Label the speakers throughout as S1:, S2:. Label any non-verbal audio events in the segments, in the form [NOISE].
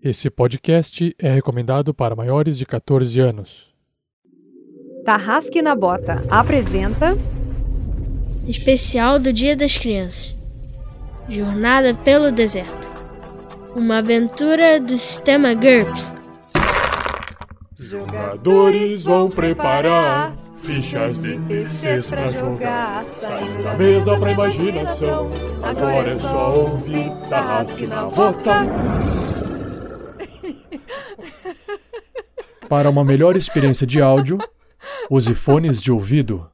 S1: Esse podcast é recomendado para maiores de 14 anos.
S2: Tarrasque na Bota apresenta
S3: Especial do Dia das Crianças Jornada pelo Deserto Uma aventura do sistema GURPS
S4: Jogadores vão preparar fichas de terceiros pra jogar. Saindo da mesa pra imaginação. Agora é só ouvir Tarrasque na Bota.
S1: Para uma melhor experiência de áudio, use fones de ouvido.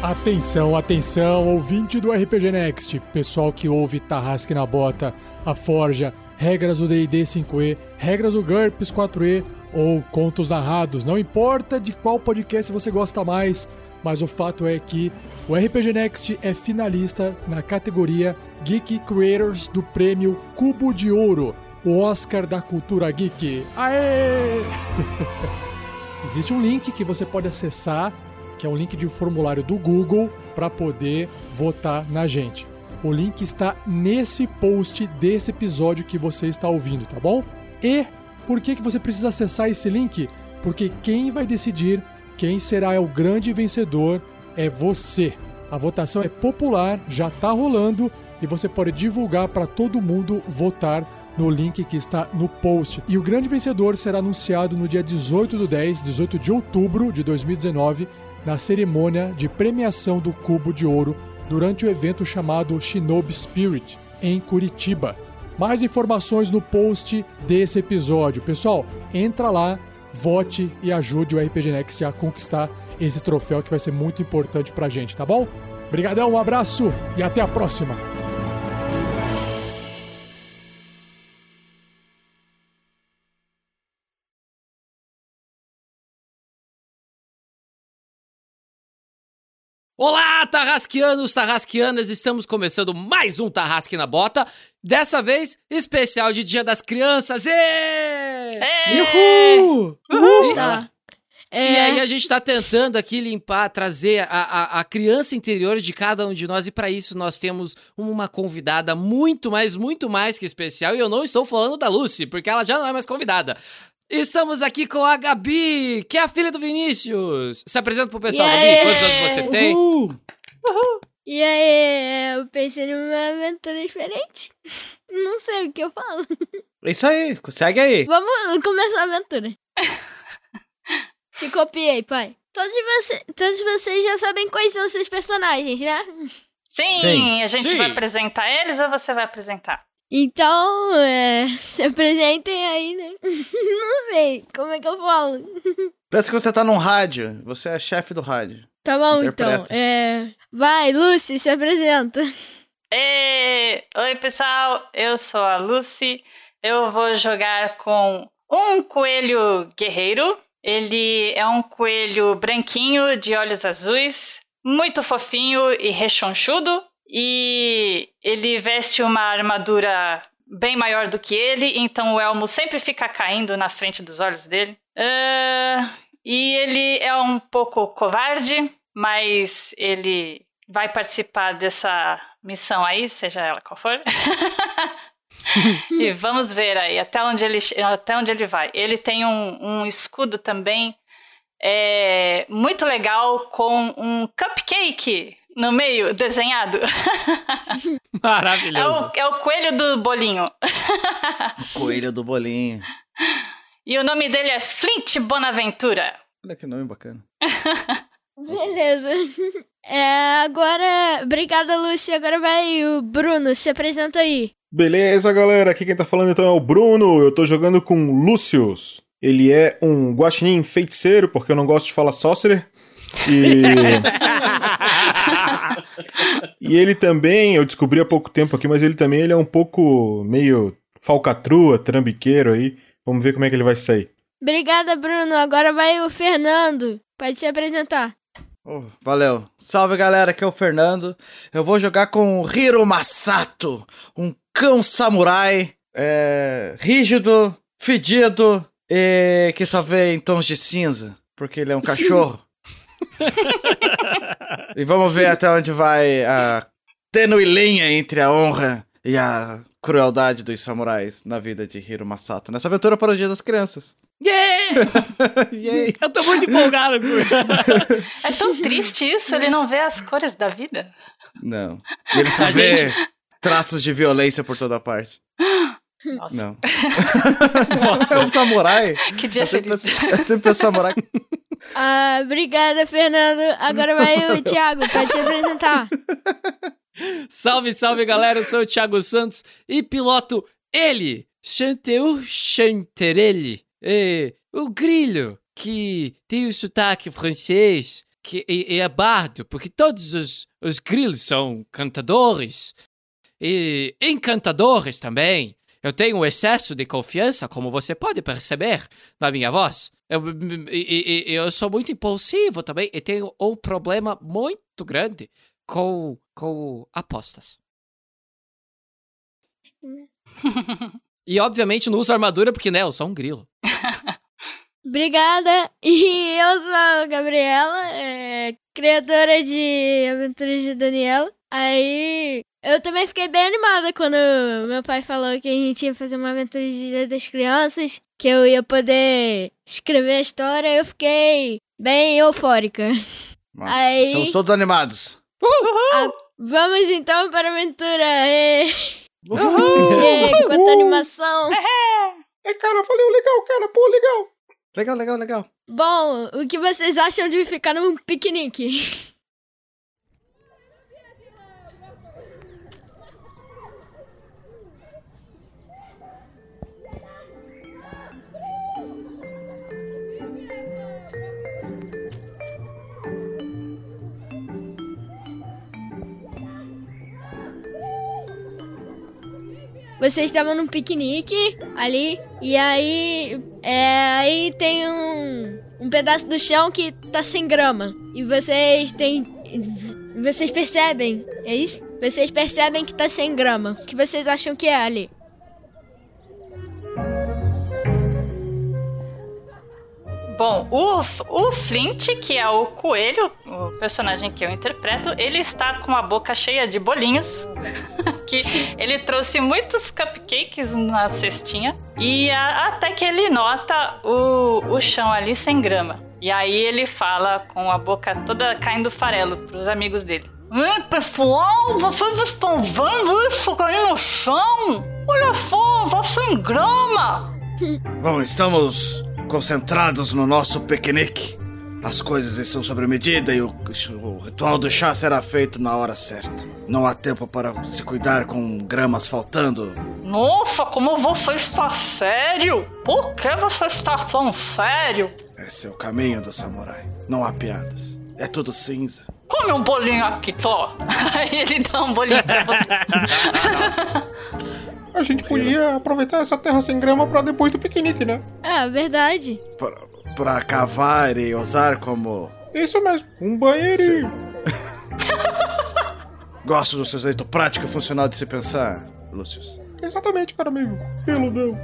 S1: Atenção, atenção, ouvinte do RPG Next, pessoal que ouve Tarrasque na Bota, a Forja, regras do D&D 5e, regras do GURPS 4e ou contos narrados, não importa de qual podcast você gosta mais, mas o fato é que o RPG Next é finalista na categoria Geek Creators do prêmio Cubo de Ouro, o Oscar da Cultura Geek. Aê! Existe um link que você pode acessar, que é um link de um formulário do Google para poder votar na gente. O link está nesse post desse episódio que você está ouvindo, tá bom? E por que, que você precisa acessar esse link? Porque quem vai decidir quem será o grande vencedor é você. A votação é popular, já está rolando e você pode divulgar para todo mundo votar no link que está no post. E o grande vencedor será anunciado no dia 18 do 10, 18 de outubro de 2019, na cerimônia de premiação do Cubo de Ouro durante o evento chamado Shinobi Spirit, em Curitiba. Mais informações no post desse episódio. Pessoal, entra lá, vote e ajude o RPG Next a conquistar esse troféu que vai ser muito importante pra gente, tá bom? Obrigadão, um abraço e até a próxima!
S5: Olá, tarrasqueanos, tarrasqueanas, estamos começando mais um Tarrasque na Bota, dessa vez especial de Dia das Crianças. Ê!
S6: É!
S1: Uhul!
S5: E-
S3: Tá.
S5: E
S3: É,
S5: aí a gente tá tentando aqui limpar, trazer a, a- a criança interior de cada um de nós e para isso nós temos uma convidada muito mais, muito mais que especial e eu não estou falando da Lucy, porque ela já não é mais convidada. Estamos aqui com a Gabi, que é a filha do Vinícius. Se apresenta pro pessoal,
S3: Yeah!
S5: Gabi, quantos anos você tem?
S3: e aí eu pensei numa aventura diferente. Não sei o que eu falo.
S7: É Isso aí, consegue aí.
S3: Vamos começar a aventura.
S5: [LAUGHS]
S3: Te copiei, pai. Todos, você- todos vocês já sabem quais são os seus personagens, né?
S6: Sim,
S7: Sim.
S6: a gente
S5: Sim.
S6: vai apresentar eles ou você vai apresentar?
S3: Então, é, se apresentem aí, né? [LAUGHS] Não sei como é que eu falo.
S7: Parece que você tá num rádio. Você é chefe do rádio.
S3: Tá bom, então.
S7: Interpreta.
S3: É, vai, Lucy, se apresenta.
S6: Ê, Oi, pessoal, eu sou a Lucy. Eu vou jogar com um coelho guerreiro. Ele é um coelho branquinho de olhos azuis, muito fofinho e rechonchudo. E ele veste uma armadura bem maior do que ele, então o elmo sempre fica caindo na frente dos olhos dele. Ah, e ele é um pouco covarde, mas ele vai participar dessa missão aí, seja ela qual for. e vamos ver aí até onde ele, che- até onde ele vai. Ele tem um, um escudo também é, muito legal com um cupcake no meio desenhado. É
S5: Maravilhoso.
S6: o, é o coelho do bolinho.
S7: Coelho do bolinho.
S6: E o nome dele é Flint Bonaventura.
S7: Olha que nome bacana.
S3: Beleza. É, agora. Obrigada, Lucy. Agora vai o Bruno, se apresenta aí.
S8: Beleza, galera? Aqui quem tá falando então é o Bruno. Eu tô jogando com o Lucius. Ele é um guaxinim feiticeiro, porque eu não gosto de falar sorcerer. E, e ele também, eu descobri há pouco tempo aqui, mas ele também ele é um pouco meio falcatrua, trambiqueiro aí. Vamos ver como é que ele vai sair.
S3: Obrigada, Bruno. Agora vai o Fernando. Pode se apresentar.
S7: Oh, valeu. Salve galera, aqui é o Fernando. Eu vou jogar com o Hiro Masato, um cão samurai é, rígido, fedido e que só vê em tons de cinza, porque ele é um cachorro. [LAUGHS] e vamos ver até onde vai a tênue linha entre a honra e a crueldade dos samurais na vida de Hiro Masato nessa aventura para o Dia das Crianças.
S5: [LAUGHS] Yeah!
S7: Yay!
S5: Eu tô muito empolgado com
S6: É tão triste isso, ele não vê as cores da vida.
S7: Não. E ele só
S5: A
S7: vê traços de violência por toda parte. [LAUGHS]
S6: Nossa,
S7: Não. Nossa. É um samurai.
S6: que dia
S7: É
S6: feliz.
S7: sempre, é sempre um samurai.
S3: Ah, obrigada, Fernando. Agora vai o Thiago, pode se apresentar.
S5: Salve, salve, galera. Eu sou o Thiago Santos e piloto ele, Chanteu Chanterelle, é, o grilho que tem o sotaque francês que e, e é bardo, porque todos os, os grilos são cantadores e encantadores também. Eu tenho um excesso de confiança, como você pode perceber na minha voz. Eu, e- e- e- eu sou muito impulsivo também e tenho um problema muito grande com, com apostas. E obviamente não uso armadura porque, né, eu sou um grilo.
S3: Obrigada. [LAUGHS] E eu sou a Gabriela, é, criadora de Aventuras de Daniela. Aí eu também fiquei bem animada quando meu pai falou que a gente ia fazer uma aventura de Dia das Crianças, que eu ia poder escrever a história. Eu fiquei bem eufórica. [LAUGHS]
S7: Nossa,
S3: Aí-
S7: Estamos todos animados.
S3: Vamos então para a aventura. É, é, quanto à animação.
S8: É, cara, valeu, legal, cara, pô, legal.
S7: Legal, legal, legal.
S3: Bom, o que vocês acham de ficar num piquenique? Vocês estavam num piquenique ali, e aí. É, aí tem um, um pedaço do chão que tá sem grama. E vocês têm. Vocês percebem, é isso? Vocês percebem que tá sem grama. O que vocês acham que é ali?
S6: Bom, o, F- o Flint, que é o coelho, o personagem que eu interpreto, ele está com a boca cheia de bolinhos. [LAUGHS] que ele trouxe muitos cupcakes na cestinha. E a- até que ele nota o, o chão ali sem grama. E aí ele fala com a boca toda caindo farelo pros amigos dele. Ei, pessoal, vocês estão vendo isso caindo no chão? Olha só, tá sem grama!
S7: Bom, estamos concentrados no nosso piquenique. As coisas estão sobre medida e o, o ritual do chá será feito na hora certa. Não há tempo para se cuidar com gramas faltando.
S6: Nossa, como você está sério? Por que você está tão sério?
S7: Esse é o caminho do samurai. Não há piadas. É tudo cinza.
S6: Come um bolinho aqui, Thor. [LAUGHS] Aí ele dá um bolinho pra você.
S8: A gente podia aproveitar essa terra sem grama pra depois do piquenique, né?
S3: Ah, verdade.
S7: Pra, pra cavar e usar como.
S8: Isso mesmo, um banheirinho.
S7: Gosto do seu jeito prático e funcional de se pensar, Lúcio.
S8: Exatamente, cara, amigo. Pelo Deus.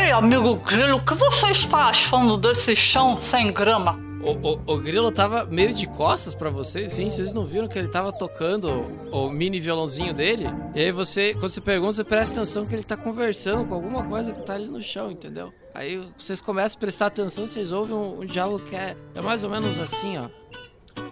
S6: Ei, amigo Grilo, o que você está achando desse chão sem grama?
S5: O, o, o grilo tava meio de costas pra vocês, sim. Vocês não viram que ele tava tocando o, o mini violãozinho dele? E aí você, quando você pergunta, você presta atenção que ele tá conversando com alguma coisa que tá ali no chão, entendeu? Aí vocês começam a prestar atenção, vocês ouvem um, um diálogo que é, é mais ou menos assim, ó.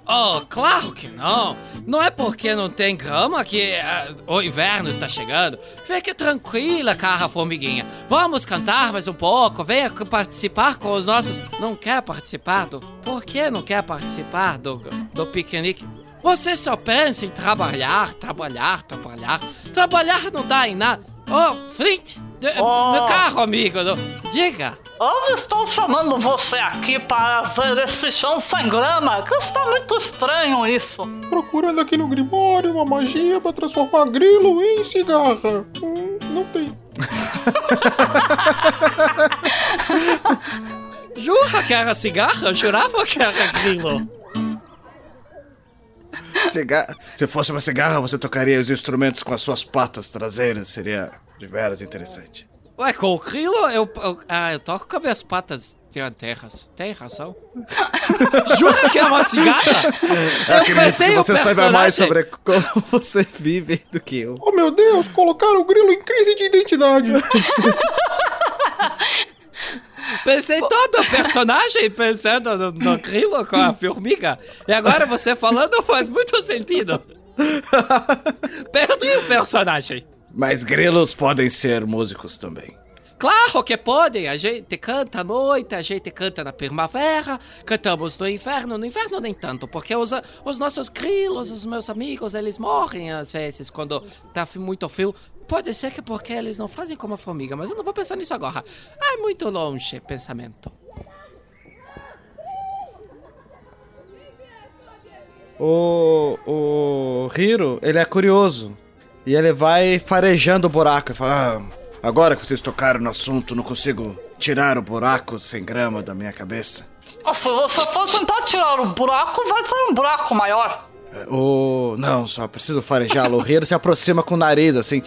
S5: Oh, claro que não! Não é porque não tem grama que ah, o inverno está chegando. Fique tranquila, cara formiguinha. Vamos cantar mais um pouco. Venha c- participar com os nossos. Não quer participar do. Por que não quer participar do, do piquenique? Você só pensa em trabalhar, trabalhar, trabalhar. Trabalhar não dá em nada. Oh, frente! De-
S6: Oh.
S5: Meu carro, amigo! não- Diga!
S6: Eu estou chamando você aqui para ver esse chão sem grama, que está muito estranho isso.
S8: Procurando aqui no Grimório uma magia pra transformar grilo em cigarra. Hum, não tem.
S5: Jura que era cigarro? Eu jurava que era grilo.
S7: Ciga- Se
S5: [LAUGHS]
S7: fosse uma cigarra, você tocaria os instrumentos com as suas patas traseiras. Seria de veras interessante.
S5: Ué, com o Krilo eu, eu- Ah, eu toco com as minhas patas. Tem terras. Tem razão? [LAUGHS] Jura que é uma cigarra?
S7: Eu acredito
S5: pensei
S7: que
S5: o
S7: você saiba mais
S5: personagem.
S7: sobre como [LAUGHS] você vive do que eu.
S8: Oh meu Deus, colocaram o grilo em crise de [LAUGHS] identidade.
S5: Pensei todo o personagem pensando no, no Krilo com a formiga. E agora você falando faz muito [LAUGHS] sentido. Perdi o personagem.
S7: Mas grilos podem ser músicos também.
S5: Claro que podem, a gente canta à noite, a gente canta na primavera, cantamos no inferno, no inferno nem tanto, porque os, os nossos grilos, os meus amigos, eles morrem às vezes quando tá fi- muito frio. Pode ser que porque eles não fazem como a formiga, mas eu não vou pensar nisso agora. Ah, É muito longe pensamento.
S7: O, o Hiro, ele é curioso. E ele vai farejando o buraco. Ele fala: ah, agora que vocês tocaram no assunto, não consigo tirar o buraco sem grama da minha cabeça.
S6: Nossa, se eu fosse tentar tirar o buraco, vai sair um buraco maior.
S7: O. Não, só preciso farejá-lo. O Hiro se aproxima com o nariz assim.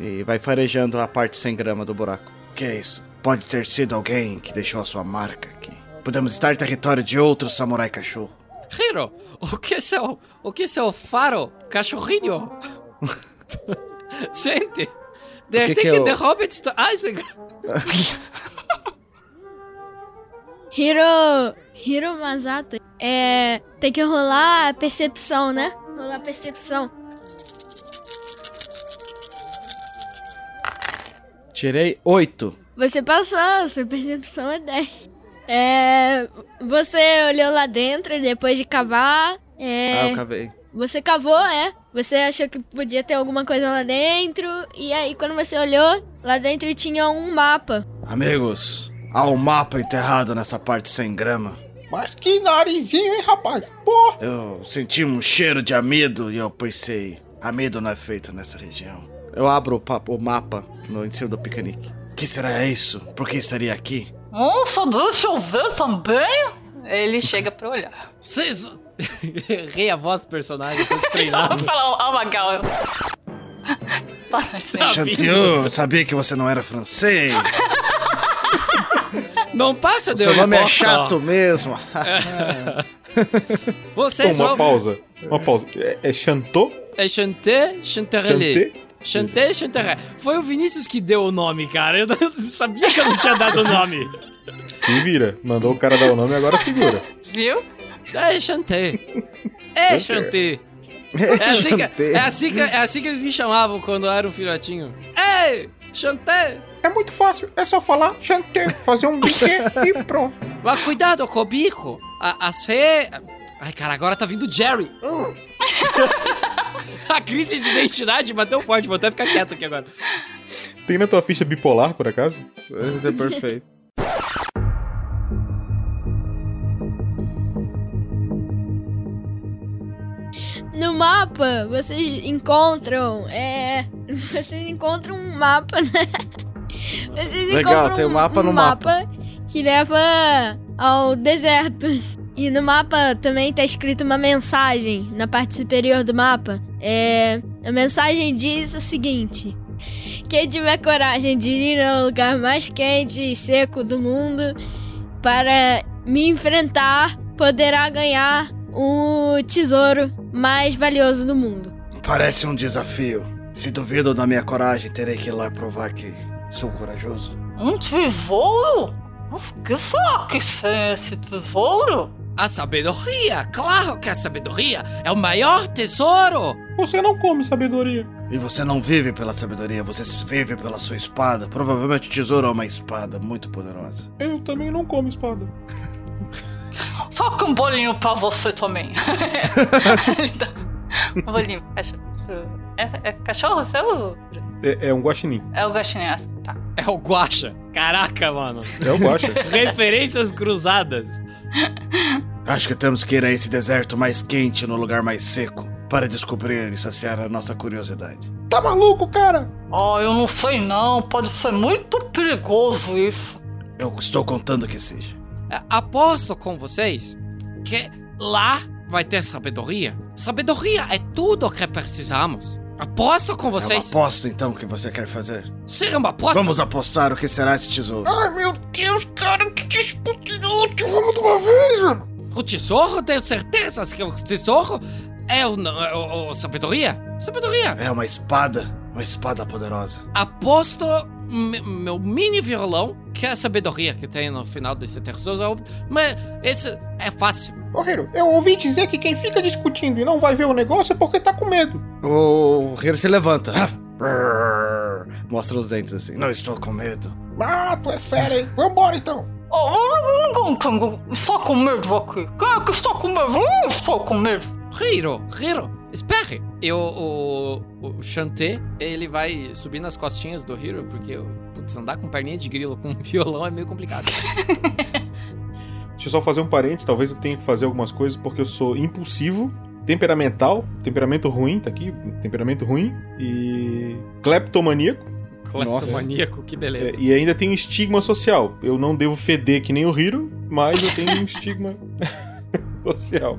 S7: E vai farejando a parte sem grama do buraco. Que é isso? Pode ter sido alguém que deixou a sua marca aqui. Podemos estar em território de outro samurai cachorro.
S5: Hiro, o que seu, o que seu faro
S7: [LAUGHS]
S5: cachorrinho sente? De, tem
S7: que que é
S5: que
S7: eu-
S5: derrubar isto- Isaac.
S3: Hiro. Hiro Masata. É. Tem que rolar a percepção, né? Rolar a percepção.
S7: Tirei oito.
S3: Você passou, sua percepção é 10. É. Você olhou lá dentro depois de cavar.
S7: Ah,
S3: É.
S7: eu cavei.
S3: Você cavou, é. Você achou que podia ter alguma coisa lá dentro. E aí, quando você olhou, lá dentro tinha um mapa.
S7: Amigos, há um mapa enterrado nessa parte sem grama.
S4: Mas que narizinho, hein, rapaz? Pô!
S7: Eu senti um cheiro de amido e eu pensei, amido não é feito nessa região. Eu abro o, papo- o mapa no em cima do piquenique. O que será isso? Por que estaria aqui?
S6: Nossa, deixa eu ver também. Ele chega pra olhar.
S5: Vocês. [LAUGHS] Errei a voz do personagem, tô
S6: Vou
S5: treinado.
S6: falar, um, ó, Magal. Fala assim.
S7: Chantiu, eu sabia que você não era francês.
S5: [LAUGHS] Ah, Não passa de
S7: Seu
S5: um
S7: nome é
S5: ponto.
S7: chato mesmo.
S5: Vocês
S8: uma
S5: vão.
S8: pausa. Uma pausa. É, é Chantô?
S5: É chanté, chanterelle. Chanté, chanterelle. Foi o Vinícius que deu o nome, cara. Eu não- [LAUGHS] sabia que eu não tinha dado o nome.
S8: Se vira. Mandou o cara dar o nome, agora segura.
S6: Viu?
S5: É chanté. É chanté. É assim, que, é, assim que, é assim que eles me chamavam quando eu era um filhotinho. Ei, chanté.
S4: [LAUGHS] É muito fácil, é só falar chanter, fazer um biquê e pronto.
S5: Mas cuidado com o bico. A- as fe... Ai, cara, agora tá vindo o Jerry. [LAUGHS] A crise de identidade bateu forte. Vou até ficar quieto aqui agora.
S8: Tem na tua ficha bipolar, por acaso?
S7: Isso é perfeito.
S3: No mapa, vocês encontram. É. [LAUGHS] Vocês encontram um mapa, né? [LAUGHS] Vocês
S7: Legal,
S3: encontram
S7: tem um mapa
S3: um
S7: no mapa.
S3: mapa que leva ao deserto. [LAUGHS] E no mapa também tá escrito uma mensagem na parte superior do mapa. É. A mensagem diz o seguinte: Quem tiver coragem de ir ao lugar mais quente e seco do mundo para me enfrentar, poderá ganhar o tesouro mais valioso do mundo.
S7: Parece um desafio. Se duvido da minha coragem, terei que ir lá provar que sou corajoso.
S6: Um tesouro? Mas que será que é esse tesouro?
S5: A sabedoria, claro que a sabedoria é o maior tesouro.
S4: Você não come sabedoria.
S7: E você não vive pela sabedoria, você vive pela sua espada. Provavelmente o tesouro é uma espada muito poderosa.
S4: Eu também não como espada.
S6: Só com um bolinho pra você também. [LAUGHS] Ele dá um bolinho pro cachorro. É, é cachorro seu?
S8: É, é um guaxinim.
S6: É o guaxinim, ah, tá.
S5: É o guacha. Caraca, mano.
S8: É o guaxa.
S5: [LAUGHS] Referências cruzadas.
S7: Acho que temos que ir a esse deserto mais quente, no lugar mais seco, para descobrir e saciar a nossa curiosidade.
S4: [LAUGHS] Tá maluco, cara?
S6: Ah, eu não sei não, pode ser muito perigoso isso.
S7: Eu estou contando que seja.
S5: É, Aposto com vocês que lá vai ter sabedoria. Sabedoria é tudo o que precisamos. Aposto com
S7: É uma
S5: vocês.
S7: aposta, então, que você quer fazer.
S5: Seja uma aposta.
S7: Vamos apostar o que será esse tesouro.
S5: O tesouro, tenho certeza que o tesouro é o, é o- o- sabedoria. Sabedoria.
S7: É uma espada. Uma espada poderosa.
S5: Aposto me- meu mini violão, que é a sabedoria que tem no final desse tesouro. Mas esse é fácil.
S4: Correiro, eu ouvi dizer que quem fica discutindo e não vai ver o negócio é porque tá com medo.
S7: O Hiro se levanta. Ah! Mostra os dentes assim. Não estou com medo.
S4: Ah, tu é fera, hein? Vambora então.
S6: Estou com medo aqui. Quem é que está com medo? Eu estou com medo.
S5: Riro, Riro, espere. E o, o, o Chanté, ele vai subir nas costinhas do Riro, porque putz, andar com perninha de grilo com um [LAUGHS] violão é meio complicado.
S8: Deixa eu só fazer um parênteses, talvez eu tenha que fazer algumas coisas porque eu sou impulsivo, temperamental, temperamento ruim, tá aqui, temperamento ruim, e cleptomaníaco,
S5: Cleptomaníaco, que beleza.
S8: é, e ainda tenho estigma social. Eu não devo feder que nem o Hiro, mas eu tenho um estigma [LAUGHS] social.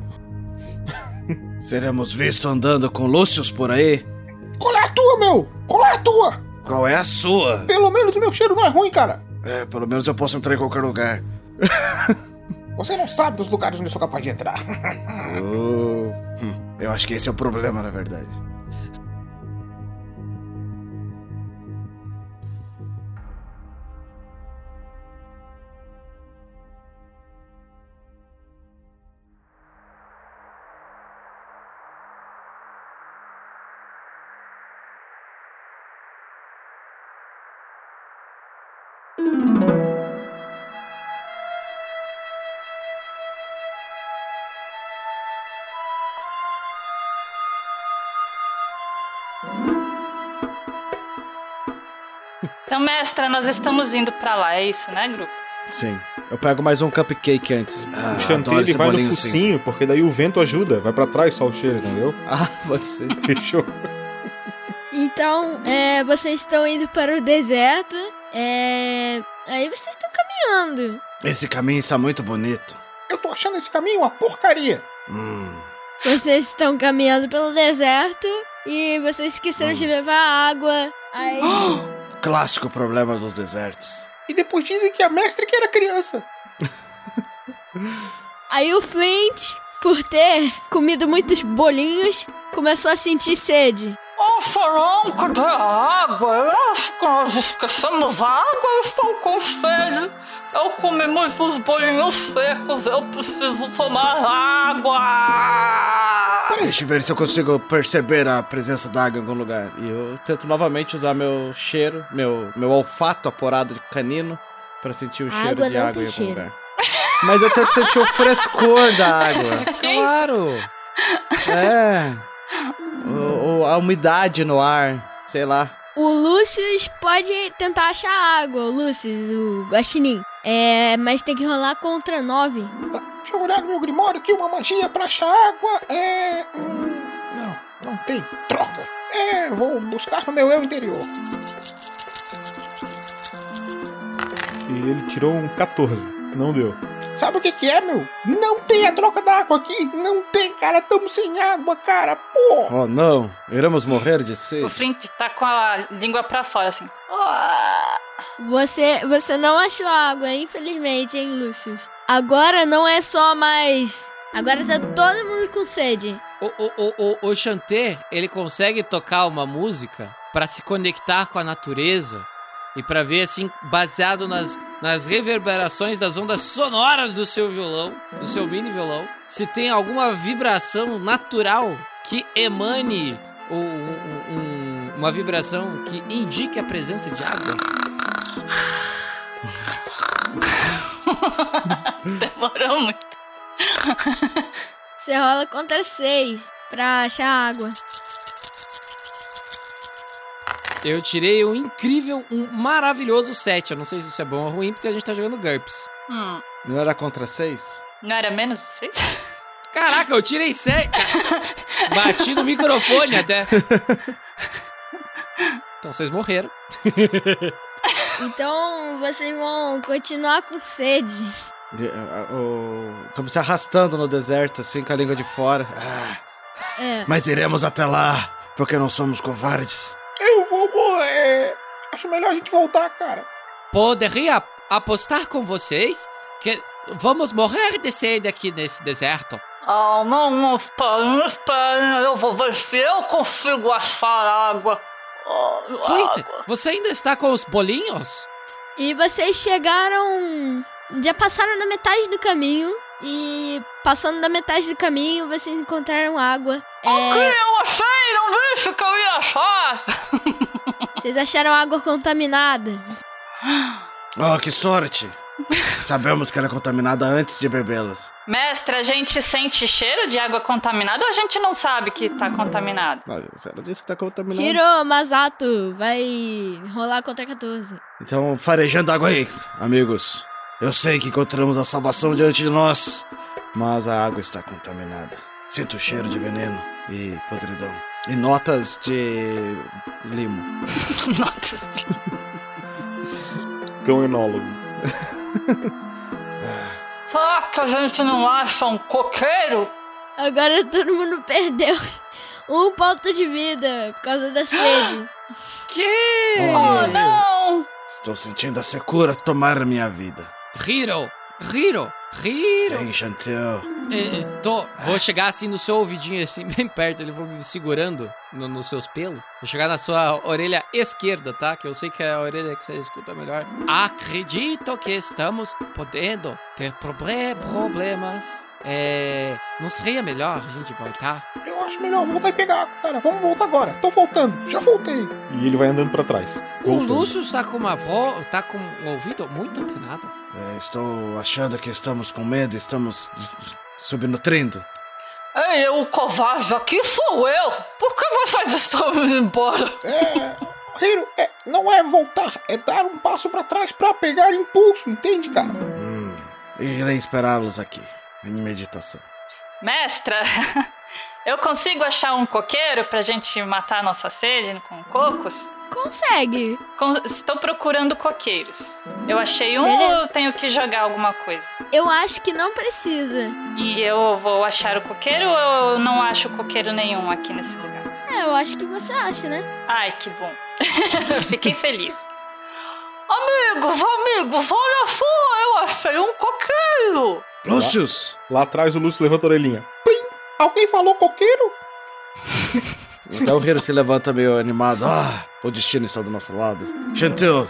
S7: Seremos vistos andando com Lúcius por aí?
S4: Qual é a tua, meu? Qual é a tua?
S7: Qual é a sua?
S4: Pelo menos o meu cheiro não é ruim, cara.
S7: É, pelo menos eu posso entrar em qualquer lugar.
S4: Você não sabe dos lugares onde eu sou capaz de entrar. [LAUGHS]
S7: Oh, hum, eu acho que esse é o problema, na verdade.
S6: Então, mestra, nós estamos indo pra lá, é isso, né, grupo?
S7: Sim. Eu pego mais um cupcake antes. Ah,
S8: o Chantilly
S7: adoro esse
S8: vai no
S7: bolinho cinza.
S8: focinho, porque daí o vento ajuda, vai pra trás só o cheiro, entendeu?
S7: [LAUGHS] Ah, pode ser.
S8: Fechou.
S3: Então, é, vocês estão indo para o deserto. é, aí vocês estão caminhando.
S7: Esse caminho está muito bonito.
S4: Eu tô achando esse caminho uma porcaria.
S7: Hum.
S3: Vocês estão caminhando pelo deserto e vocês esqueceram de levar água. Aí,
S7: Clássico problema dos desertos.
S4: E depois dizem que a mestre que era criança.
S3: aí o Flint, por ter comido muitos bolinhos, começou a sentir sede.
S6: Ô, farão, cadê a água? Eu acho que nós esquecemos a água, eu estou com sede. Eu comi muitos bolinhos secos, eu preciso tomar água.
S7: Deixa eu ver se eu consigo perceber a presença da água em algum lugar. E eu tento novamente usar meu cheiro, meu, meu olfato aporado de canino, pra sentir o
S3: A
S7: cheiro
S3: água
S7: de
S3: não
S7: água
S3: tem
S7: em algum
S3: cheiro.
S7: lugar. Mas eu tento sentir o frescor da
S3: [LAUGHS]
S7: água.
S5: Claro!
S7: É. O, o- a umidade no ar. Sei lá.
S3: O Lucius pode tentar achar água, o Lucius, o Guaxinim. É, mas tem que rolar contra nove.
S4: Tá, Deixa eu olhar no meu grimório aqui, uma magia pra achar água. É. hum, não, não tem. Troca. É, vou buscar no meu eu interior.
S8: E ele tirou um 14. Não deu.
S4: Sabe o que que é, meu? Não tem a troca da água aqui. Não tem, cara. Tamo sem água, cara. Pô.
S7: Oh, não. Iremos morrer de
S6: O
S7: sede.
S6: Flint tá com a língua pra fora, assim. Ah.
S3: Você, você não achou água, infelizmente, hein, Lucius? Agora não é só mais. Agora tá todo mundo com sede.
S5: O, o, o, o, o Chanté, ele consegue tocar uma música pra se conectar com a natureza e pra ver, assim, baseado nas, nas reverberações das ondas sonoras do seu violão, do seu mini violão, se tem alguma vibração natural que emane ou, um- um- uma vibração que indique a presença de água.
S6: Demorou muito.
S3: Você rola contra seis pra achar água.
S5: Eu tirei um incrível, um maravilhoso set. Eu não sei se isso é bom ou ruim, porque a gente tá jogando GURPS.
S6: Hum,
S7: Não era contra seis?
S6: não era menos de seis?
S5: Caraca, eu tirei sete.
S6: [LAUGHS]
S5: Bati no microfone até. Então vocês morreram.
S3: Então vocês vão continuar com sede.
S7: De- a- o- Estamos se arrastando no deserto, assim, com a língua de fora. Ah,
S3: É.
S7: mas iremos até lá. porque não somos covardes.
S8: Eu vou morrer. Acho melhor a gente voltar, cara.
S5: Poderia apostar com vocês que vamos morrer de sede aqui nesse deserto.
S6: Ah, não, não esperem, não esperem. Eu vou ver se eu consigo achar água. Ah,
S5: Fluid,
S6: água.
S5: você ainda está com os bolinhos?
S3: E vocês chegaram. Já passaram da metade do caminho. E passando da metade do caminho, vocês encontraram água. É,
S6: O que eu achei? Não disse que eu ia achar.
S3: Vocês acharam água contaminada.
S7: Oh, que sorte! [LAUGHS] Sabemos que ela é contaminada antes de bebê-las.
S6: Mestre, a gente sente cheiro de água contaminada ou a gente não sabe que tá contaminado?
S7: Não, Ela disse que tá contaminada.
S3: Hiro Masato vai rolar contra 14.
S7: Então, farejando água aí, amigos. Eu sei que encontramos a salvação diante de nós, mas a água está contaminada. Sinto o cheiro de veneno e podridão. E notas de limo.
S6: Nossa.
S8: Cão Então é enólogo.
S6: Será que a gente não acha um coqueiro?
S3: Agora todo mundo [LAUGHS] perdeu um ponto de vida por causa da sede.
S5: Que?
S6: Oh, não!
S7: Estou sentindo a secura tomar minha vida.
S5: Hiro, Hiro, Hiro.
S7: Sim, Chantel.
S5: Eh, eh, tô- vou chegar assim no seu ouvidinho, assim, [LAUGHS] bem perto. Ele vai me segurando no- nos seus pelos. Vou chegar na sua orelha esquerda, tá? Que eu sei que é a orelha que você escuta melhor. Acredito que estamos podendo ter proble- problemas. É. Não seria melhor a gente voltar?
S4: Eu acho melhor voltar e pegar, cara. Vamos voltar agora. Tô voltando. Já voltei.
S8: E ele vai andando pra trás.
S5: O
S8: voltando.
S5: Lúcio está com uma voz. tá com um ouvido muito antenado.
S7: É, estou achando que estamos com medo, estamos s- subnutrindo.
S6: Ei, o covarde aqui sou eu! Por que vocês estão indo embora?
S4: É. [LAUGHS] Hiro, é, não é voltar, é dar um passo pra trás pra pegar impulso, entende, cara?
S7: Hum, irei esperá-los aqui, em meditação.
S6: Mestra, [LAUGHS] eu consigo achar um coqueiro pra gente matar nossa sede com cocos?
S3: Consegue.
S6: Com- estou procurando coqueiros. Eu achei um
S3: Beleza.
S6: ou eu tenho que jogar alguma coisa?
S3: Eu acho que não precisa.
S6: E eu vou achar o coqueiro ou eu não acho coqueiro nenhum aqui nesse lugar?
S3: É, eu acho que você acha, né?
S6: Ai, que bom. [LAUGHS] Fiquei feliz. Amigos, amigos, olha só, eu achei um coqueiro!
S7: Lúcius!
S8: Lá atrás o Lúcio levanta a orelhinha.
S4: Alguém falou coqueiro?
S7: Então o Hiro se levanta meio animado. Ah, o destino está do nosso lado. Chantil,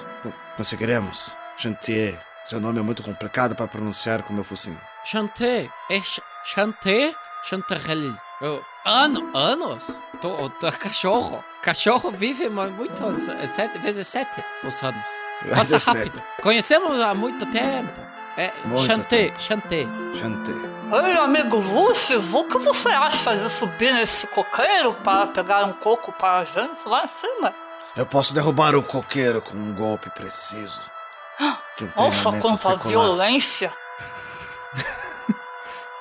S7: conseguiremos. Chantier, seu nome é muito complicado para pronunciar com meu focinho.
S5: Chanté, é ch- chanté, chantarelli. Eu- Ano, anos? Tô, tô- cachorro. Cachorro vive mu- muito, é sete vezes sete os anos. Passa rápido. Conhecemos há muito tempo. É,
S7: Muito
S5: chanté, chanté.
S7: Chantier.
S6: Ei, amigo Lúcio, o que você acha de subir nesse coqueiro para pegar um coco para a gente lá em cima?
S7: Eu posso derrubar o coqueiro com um golpe preciso. De um
S6: Ah, Nossa,
S7: treinamento
S6: quanta
S7: secular.
S6: violência!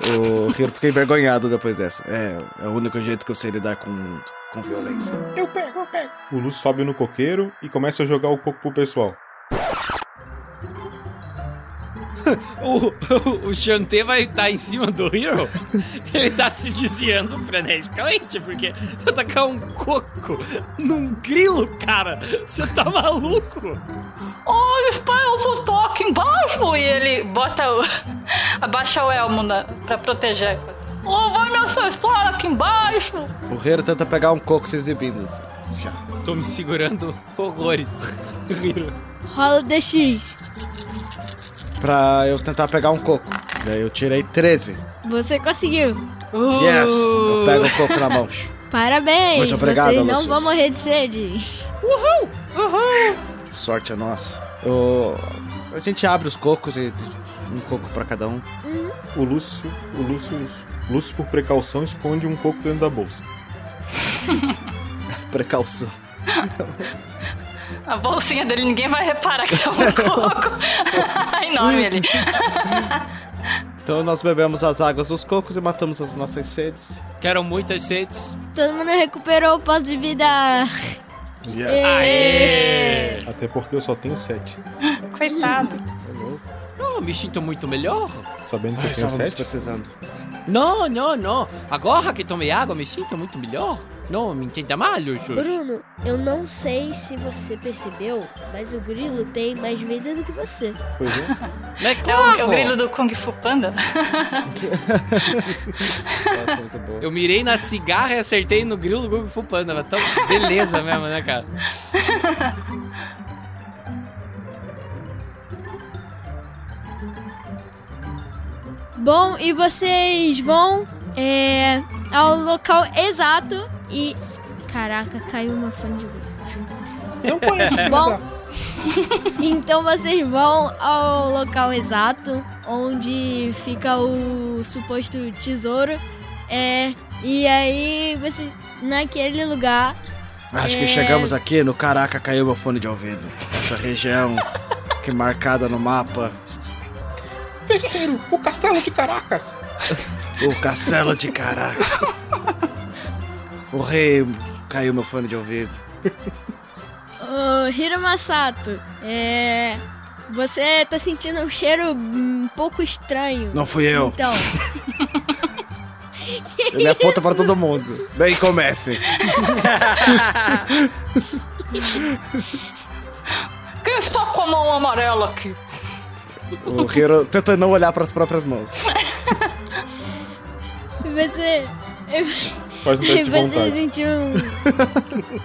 S7: O Hiro fica envergonhado depois dessa. É, é o único jeito que eu sei lidar com o mundo. Com violência.
S4: Eu pego, eu pego.
S8: O Lúcio sobe no coqueiro e começa a jogar o coco pro pessoal.
S5: O, o, o chanté vai estar em cima do Hero. [LAUGHS] Ele tá se desviando freneticamente, porque se eu tacar um coco num grilo, cara, você tá maluco.
S6: Olha, espera, eu vou estar aqui embaixo! E ele bota o. [LAUGHS] abaixa o elmo na... pra proteger a coisa. Oh, vai me assustar aqui embaixo!
S7: O Hiro tenta pegar um coco se exibindo. assim. Já.
S5: Tô me segurando horrores. Hero.
S3: Rola o DX.
S7: Pra eu tentar pegar um coco. E aí eu tirei 13.
S3: Você conseguiu.
S6: Uh,
S7: Yes! Eu pego o coco na mão.
S3: Parabéns.
S7: Muito obrigado,
S3: Vocês não
S7: Lucius.
S3: vão morrer de sede.
S7: Que sorte a nossa. Eu- A gente abre os cocos e um coco pra cada um.
S8: O Lúcio, o Lúcio, o Lúcio por precaução esconde um coco dentro da bolsa.
S7: Precaução.
S6: A bolsinha dele ninguém vai reparar que é um coco. [LAUGHS] Enorme ele.
S7: Então nós bebemos as águas dos cocos e matamos as nossas sedes.
S5: Quero muitas sedes.
S3: Todo mundo recuperou o ponto de vida.
S7: Yes!
S8: Até porque eu só tenho sete.
S6: Coitado.
S5: Não, me sinto muito melhor.
S8: Sabendo que eu tenho
S7: Estávamos
S8: sete.
S7: precisando.
S5: Não, não, não. Agora que tomei água, me sinto muito melhor. Não me entenda mal, Lucius.
S9: Bruno, eu não sei se você percebeu, mas o grilo tem mais vida do que você.
S8: Pois é.
S5: Mas
S6: É o, é o
S5: como?
S6: grilo do Kung Fu Panda?
S8: Nossa, muito bom.
S5: Eu mirei na cigarra e acertei no grilo do Google Fu Panda. mas Tão beleza mesmo, né, cara?
S3: Bom, e vocês vão é, ao local exato e. Caraca, caiu uma fone de grilo.
S8: Não conheço esse
S3: Bom.
S8: lugar.
S3: [LAUGHS] Então vocês vão ao local exato onde fica o suposto tesouro. É. E aí vocês. Naquele lugar.
S7: Acho que
S3: É.
S7: chegamos aqui no Caraca caiu meu fone de ouvido. Essa região que é marcada no mapa.
S4: Guerreiro, o castelo de Caracas.
S7: O castelo de Caracas. O rei caiu meu fone de ouvido.
S3: Ô, Hiro Masato, é. Você tá sentindo um cheiro um pouco estranho.
S7: Não fui eu.
S3: Então,
S7: Ele aponta pra todo mundo. Daí comece.
S6: Quem está com a mão amarela aqui?
S7: O Hiro tenta não olhar pras próprias mãos.
S3: você.
S8: Faz um teste de
S3: [LAUGHS] Você
S8: vontade.
S3: sentiu um.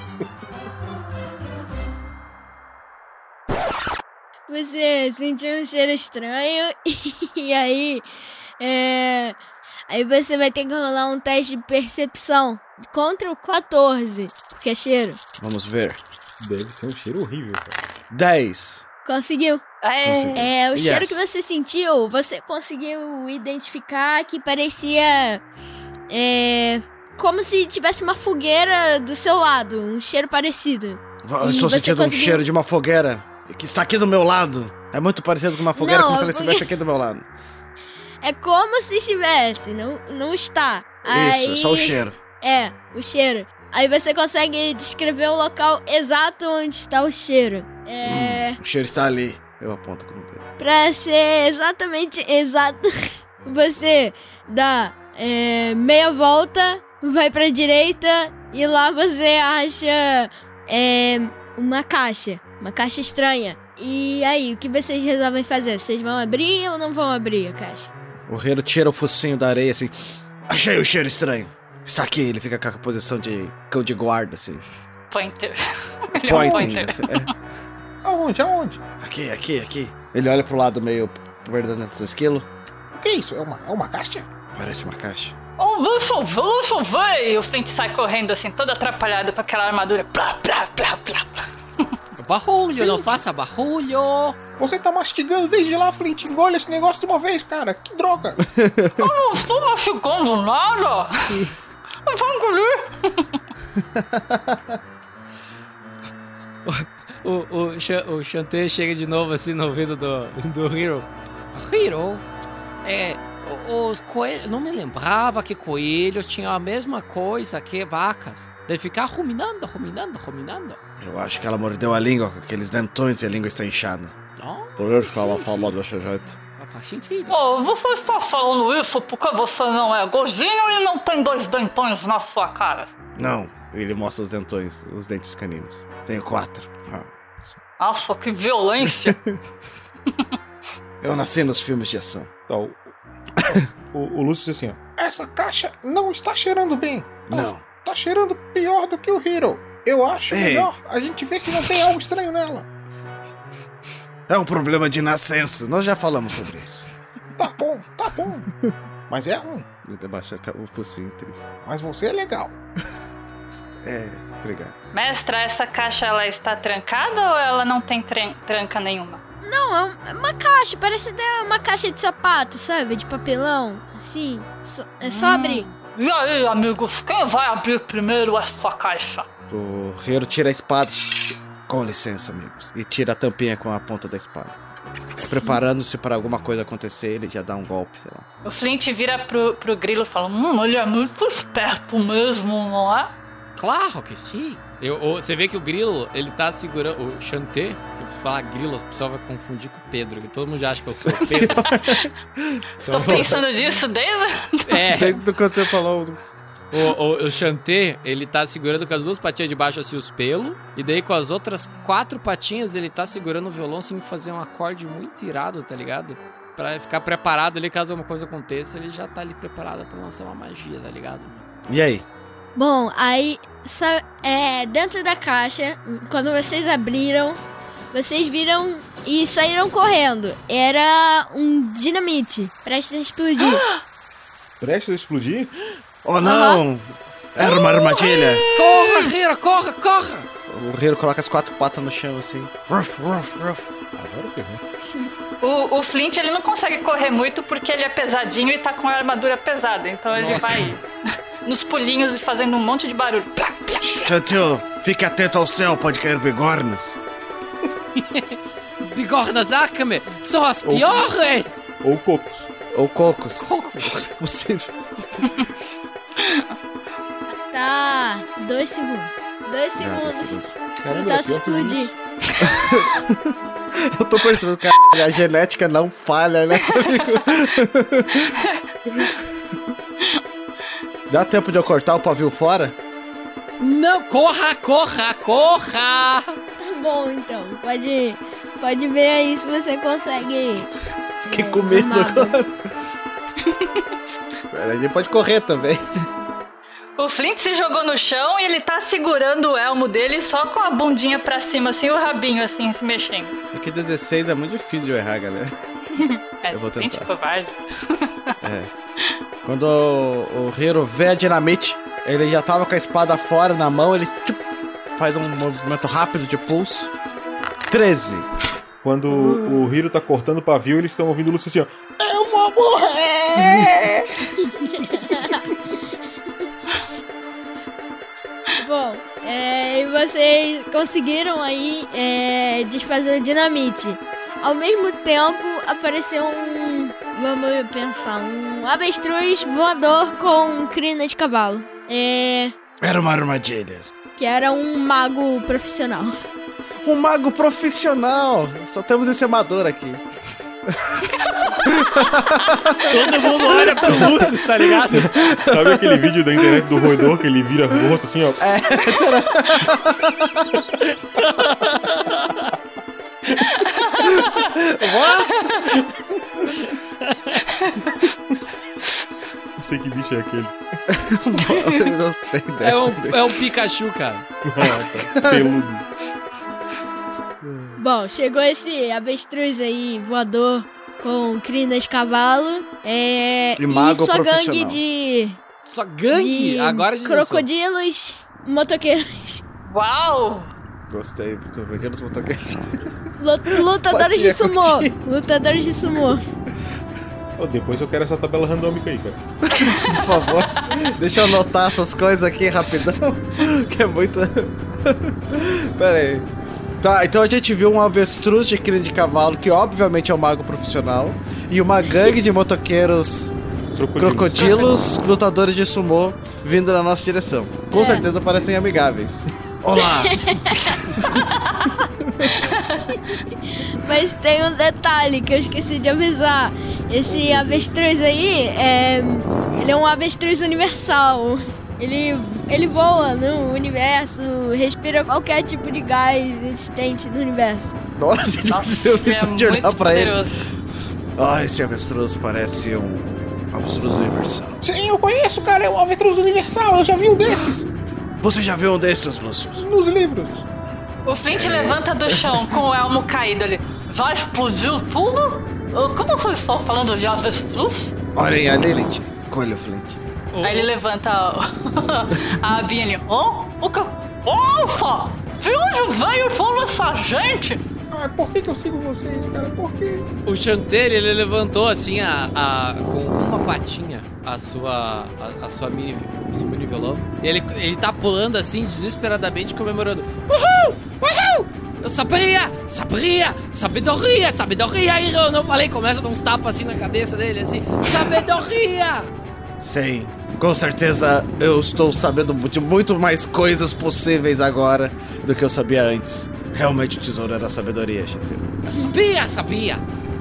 S3: Você sentiu um cheiro estranho [LAUGHS] e aí. É, aí você vai ter que rolar um teste de percepção contra o 14, porque é cheiro.
S7: Vamos ver.
S8: Deve ser um cheiro horrível, cara.
S7: 10.
S3: Conseguiu?
S6: É,
S7: Consegui.
S3: É, o
S7: Yes.
S3: cheiro que você sentiu, você conseguiu identificar que parecia. É. Como se tivesse uma fogueira do seu lado, um cheiro parecido.
S7: Va- Eu
S3: E
S7: estou
S3: você
S7: sentindo um
S3: conseguiu-
S7: cheiro de uma fogueira que está aqui do meu lado. É muito parecido com uma fogueira,
S3: Não,
S7: como se ela
S3: eu-
S7: estivesse aqui do meu lado.
S3: É como se estivesse, não, não está.
S7: Isso, é só o cheiro.
S3: É, o cheiro. Aí você consegue descrever o local exato onde está o cheiro. É.
S7: O cheiro está ali. Eu aponto com o dedo.
S3: Pra ser exatamente exato, [LAUGHS] você dá é, meia volta, vai pra direita e lá você acha é, uma caixa. Uma caixa estranha. E aí, o que vocês resolvem fazer? Vocês vão abrir ou não vão abrir a caixa?
S7: O Hero tira o focinho da areia assim. Achei o cheiro estranho. Está aqui, ele fica com a posição de cão de
S3: [LAUGHS]
S7: guarda, assim.
S6: pointer. [LAUGHS] Ele é um
S7: Pointing.
S6: pointer.
S7: assim, é.
S4: Aonde, aonde?
S7: Aqui, aqui, aqui. Ele olha pro lado meio perdendo a atenção. Esquilo?
S4: O que é isso? É uma, é uma caixa?
S7: Parece uma caixa.
S6: Um luxo, luxo, vai! E o Flint sai correndo assim, todo atrapalhado com aquela armadura. Plá, plá, plá, plá, plá.
S5: Barulho, não faça barulho.
S4: Você tá mastigando desde lá, Flint. Engole esse negócio de uma vez, cara. Que droga.
S6: Eu não estou machucando nada! Eu vou engolir!
S5: O, o, Cha- o Chantê chega de novo assim no ouvido do, do Hiro. Hiro? É. o- Os coelhos. Não me lembrava que coelhos tinham a mesma coisa que vacas. De ficar ruminando, ruminando, ruminando.
S7: Eu acho que ela mordeu a língua com aqueles dentões e a língua está inchada.
S5: Não,
S7: Por isso que ela falou desse jeito.
S5: não faz sentido.
S6: Oh, você está falando isso porque você não é gordinho e não tem dois dentões na sua cara.
S7: Não. Ele mostra os dentões, os dentes caninos. Tenho quatro. Ah.
S6: Nossa, que violência!
S7: Eu nasci nos filmes de ação.
S8: Tá, o, o, o Lúcio diz assim, ó.
S4: Essa caixa não está cheirando bem. Ela
S7: Não.
S4: Tá cheirando pior do que o Hero. Eu acho
S7: Ei.
S4: melhor a gente ver se não tem algo estranho nela.
S7: É um problema de nascença. Nós já falamos sobre [LAUGHS] isso.
S4: Tá bom, tá bom. Mas é ruim.
S7: Ele abaixa o focinho triste.
S4: Mas você é legal.
S7: É, obrigado.
S6: Mestra, essa caixa ela está trancada ou ela não tem tran- tranca nenhuma?
S3: Não, é um- é uma caixa, parece até uma caixa de sapato, sabe? De papelão. Assim. só- é só abrir.
S6: E aí, amigos, quem vai abrir primeiro essa caixa?
S7: O Hero tira a espada. Com licença, amigos. E tira a tampinha com a ponta da espada. Preparando-se para alguma coisa acontecer, ele já dá um golpe, sei lá.
S6: O Flint vira pro, pro grilo e fala: Hum, ele é muito esperto mesmo, não é?
S5: Claro que sim. Eu- o- você vê que o grilo, ele tá segurando. O Chantê, que se falar grilo, as pessoas vão confundir com o Pedro, que todo mundo já acha que eu sou o Pedro. [LAUGHS]
S6: Tô pensando nisso desde.
S5: é,
S7: Desde quando você falou.
S5: O, o, o Chanté, ele tá segurando com as duas patinhas de baixo assim os pelos. E daí com as outras quatro patinhas ele tá segurando o violão assim fazer um acorde muito irado, tá ligado? Pra ficar preparado ali caso alguma coisa aconteça, ele já tá ali preparado pra lançar uma magia, tá ligado?
S7: E aí?
S3: Bom, aí sa- é, dentro da caixa, quando vocês abriram, vocês viram e saíram correndo. Era um dinamite prestes a explodir.
S8: Prestes a explodir?
S7: Oh não! Era uma armadilha!
S5: Corra, Rira, corra, corra!
S7: O Hiro coloca as quatro patas no chão assim. Ruff, ruff, ruff.
S8: Agora que vem.
S6: O, o Flint ele não consegue correr muito porque ele é pesadinho e tá com a armadura pesada. Então ele
S5: Nossa.
S6: vai [LAUGHS] nos pulinhos e fazendo um monte de barulho. Plá, plá.
S7: Chantil, fique atento ao céu, pode cair bigornas.
S5: Bigornas Akame são as piores!
S8: Ou cocos.
S7: Ou cocos. [LAUGHS]
S5: Cocos.
S7: Se possível.
S3: Tá, dois segundos. Dois
S7: Ah,
S3: segundos.
S8: Caramba,
S3: tá
S8: era pior que
S3: explodir. [LAUGHS]
S8: isso.
S7: Eu tô pensando, cara, a genética não falha, né? amigo? Dá tempo de eu cortar o pavio fora?
S5: Não, corra, corra, corra!
S3: Tá bom, então. Pode, pode ver aí se você consegue.
S7: Fiquei
S3: é,
S7: com medo
S3: desarmar.
S7: agora. [LAUGHS] Pera, A gente pode correr também.
S6: O Flint se jogou no chão e ele tá segurando o elmo dele só com a bundinha pra cima, assim, o rabinho, assim, se mexendo.
S7: É que 16 é muito difícil de eu errar, galera.
S6: É,
S7: Eu vou
S6: Flint,
S7: tentar.
S6: covarde.
S7: Quando o Hiro vê a dinamite, ele já tava com a espada fora na mão, ele tchup, faz um movimento rápido de pulso. 13.
S8: Quando o Hiro tá cortando o pavio, eles estão ouvindo o Lúcio assim, ó.
S3: Bom, é, e vocês conseguiram aí é, desfazer o dinamite. Ao mesmo tempo, apareceu um. Vamos pensar, um avestruz voador com crina de cavalo. É.
S7: Era uma armadilha.
S3: Que era um mago profissional.
S7: Um mago profissional! Só temos esse amador aqui. [LAUGHS]
S5: Todo mundo olha pro [LAUGHS] Lúcio, tá ligado?
S8: Sabe aquele vídeo da internet do roedor que ele vira o rosto assim, ó? Não sei que bicho é aquele.
S7: Eu não sei
S5: É
S7: ideia.
S5: um, é um Pikachu, cara.
S8: Nossa, Ah, tá. peludo.
S3: Bom, chegou esse avestruz aí, voador com crina de cavalo. É.
S7: E mago
S3: sua gangue
S7: profissional.
S3: de.
S5: Só gangue!
S3: de
S5: Agora a gente não sabe.
S3: Crocodilos, motoqueiros.
S6: Uau!
S7: Gostei, porque por que eu não botou
S3: lu- Lutadores de sumô. Lutadores de sumô.
S8: Ô, depois eu quero essa tabela randômica aí, cara.
S7: Por favor, deixa eu anotar essas coisas aqui rapidão, [LAUGHS] que é muito... Pera aí. Tá, então a gente viu um avestruz de crina de cavalo, que obviamente é um mago profissional, e uma gangue de motoqueiros
S8: Crocodilo.
S7: crocodilos, lutadores de sumô, vindo na nossa direção. Com
S3: É.
S7: certeza parecem amigáveis. Olá!
S3: Mas tem um detalhe que eu esqueci de avisar. Esse avestruz aí, é, ele é um avestruz universal. Ele, ele voa no universo, respira qualquer tipo de gás existente no universo.
S7: [LAUGHS] Nossa, ele [LAUGHS]
S6: Nossa,
S7: precisa
S6: é
S7: de olhar
S6: muito
S7: pra ele.
S6: poderoso.
S7: Ah, esse avestruz parece um avestruz universal.
S4: Sim, eu conheço, cara, é o Avestruz Universal, eu já vi um desses
S7: Você já viu um desses, Lúcio?
S4: nos livros.
S6: O Flint
S7: É.
S6: levanta do chão com o elmo caído ali. Vai explodir tudo? Eu- Como vocês estão falando de avestruz?
S7: Olhem a Lilith. Coelho Flint.
S6: Aí ele levanta o- [LAUGHS] a abinha ali. Oh, o que? Ufa! De onde veio toda essa gente?
S4: Ah, por que que eu sigo vocês, cara? Por quê?
S5: O Chantel, ele levantou assim a, a- com uma patinha a sua a, a sua mini o seu mini violão. E ele ele tá pulando assim desesperadamente comemorando. Uhul! Uhul! Eu sabia! Sabia! Sabedoria! Sabedoria! Ira, Eu não falei, começa a dar uns tapas assim na cabeça dele, assim. Sabedoria!
S7: Sim, com certeza eu estou sabendo de muito mais coisas possíveis agora do que eu sabia antes. Realmente o tesouro era sabedoria, Chantil.
S5: Eu sabia, sabia!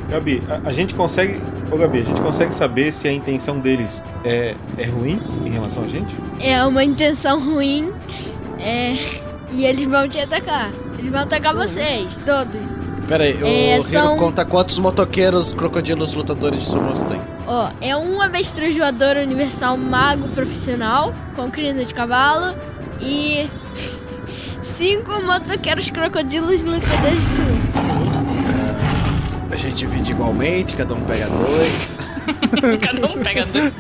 S8: Gabi, a, a gente consegue. Ô Gabi, a gente consegue saber se a intenção deles é, é ruim em relação a gente?
S3: É uma intenção ruim. É. E eles vão te atacar. Eles vão atacar vocês, todos.
S7: Pera aí, o
S3: É,
S7: Hiro
S3: são-
S7: conta quantos motoqueiros, crocodilos, lutadores de sumô você tem.
S3: Ó, é um avestruz voador universal mago profissional com crina de cavalo e cinco motoqueiros crocodilos lutadores de sumo.
S7: A gente divide igualmente, cada um pega dois.
S6: [LAUGHS] Cada um [LAUGHS] pega dois.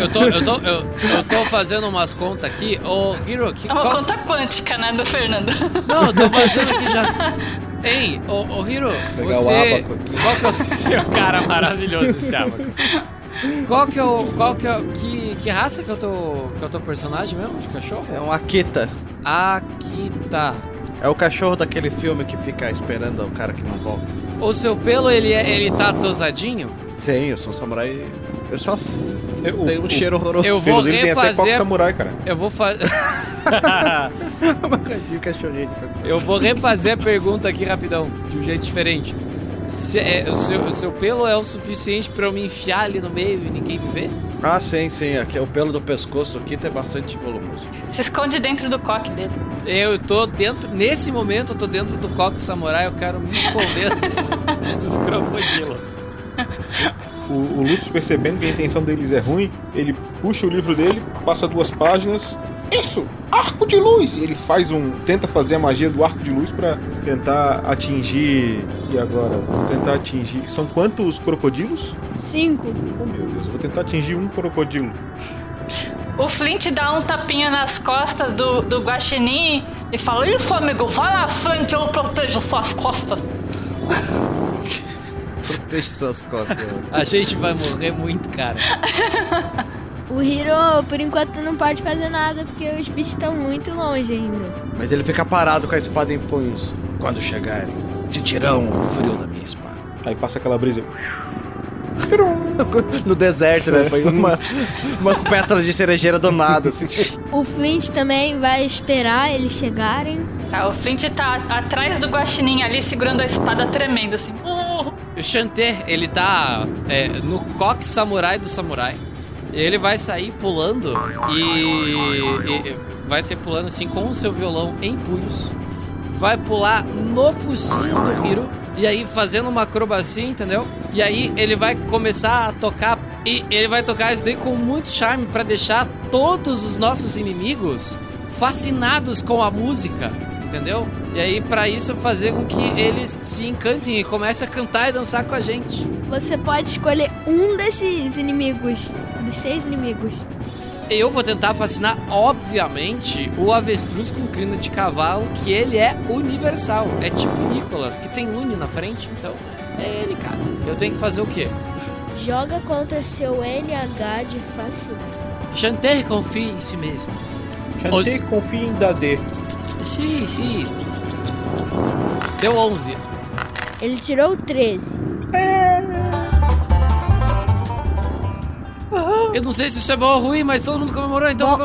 S5: Eu tô, eu tô, eu, eu tô fazendo umas contas aqui. Ô, Hiro, que,
S6: É uma
S5: qual-
S6: conta quântica, né, do Fernando? [LAUGHS]
S5: Não, eu tô fazendo aqui já. Ei, ô, ô Hiro,
S7: Pegar o
S5: você.
S7: abaco aqui.
S5: Qual que é o seu cara maravilhoso esse abaco? Qual que é o. Qual que é. o- Que, que raça que eu tô. Que eu tô personagem mesmo? De cachorro?
S7: É um Akita.
S5: Akita.
S7: É o cachorro daquele filme que fica esperando o cara que não volta.
S5: O seu pelo, ele, é- ele tá tosadinho?
S7: Sim, eu sou um samurai. Eu só f-
S8: Eu,
S7: tenho um cheiro horroroso.
S5: eu
S8: Os filhos
S5: vou
S7: [LAUGHS]
S8: dele tem até coque
S5: refazer-
S8: samurai, cara.
S5: Eu vou fazer.
S7: Amarradinho, cachorrinho de cachorro.
S5: [LAUGHS] Eu vou refazer a pergunta aqui rapidão, de um jeito diferente. Se- é, o, seu, o seu pelo é o suficiente pra eu me enfiar ali no meio e ninguém me ver?
S7: Ah, sim, sim. Aqui, o pelo do pescoço do Kita é bastante volumoso.
S6: Se esconde dentro do coque dele.
S5: Eu tô dentro, nesse momento eu tô dentro do coque samurai, eu quero me esconder [LAUGHS] dos, dos crocodilos.
S8: O, o Lúcio percebendo que a intenção deles é ruim, ele puxa o livro dele, passa duas páginas. Isso! Arco de luz! E ele faz um. tenta fazer a magia do arco de luz pra tentar atingir. E agora? Vou tentar atingir. São quantos crocodilos?
S3: Cinco.
S8: Oh meu Deus, eu vou tentar atingir um crocodilo.
S6: O Flint dá um tapinha nas costas do, do guaxinim e fala: Ih, Flamengo, vai à frente, eu protejo suas costas.
S7: Proteja suas costas.
S5: A gente vai morrer muito, cara.
S3: O Hiro, por enquanto, não pode fazer nada porque os bichos estão muito longe ainda.
S7: Mas ele fica parado com a espada em punhos. Quando chegarem, sentirão o frio da minha espada.
S8: Aí passa aquela brisa.
S7: No deserto, né? Foi uma- umas pétalas de cerejeira do nada, assim.
S3: O Flint também vai esperar eles chegarem.
S6: Tá, o Flint tá atrás do guaxinim ali, segurando a espada tremendo, assim. "Uh".
S5: O Shantae, ele tá é, no coque samurai do samurai. Ele vai sair pulando e, e- e vai ser pulando assim com o seu violão em punhos. Vai pular no focinho do Hiro e aí fazendo uma acrobacia, entendeu? E aí ele vai começar a tocar e ele vai tocar isso daí com muito charme pra deixar todos os nossos inimigos fascinados com a música, entendeu? E aí pra isso fazer com que eles se encantem e comecem a cantar e dançar com a gente.
S3: Você pode escolher um desses inimigos, dos seis inimigos.
S5: Eu vou tentar fascinar, obviamente, o avestruz com crina de cavalo, que ele é universal. É tipo o Nicolas, que tem Uni na frente, então é ele, cara. Eu tenho que fazer o quê?
S9: Joga contra seu NH de fascinar.
S5: Chanter confia em si mesmo.
S8: Chantei, confia em Dadê.
S5: Sim, sim. Deu 11.
S9: Ele tirou 13.
S5: Eu não sei se isso é bom ou ruim, mas todo mundo comemorou, então vou
S3: Bom,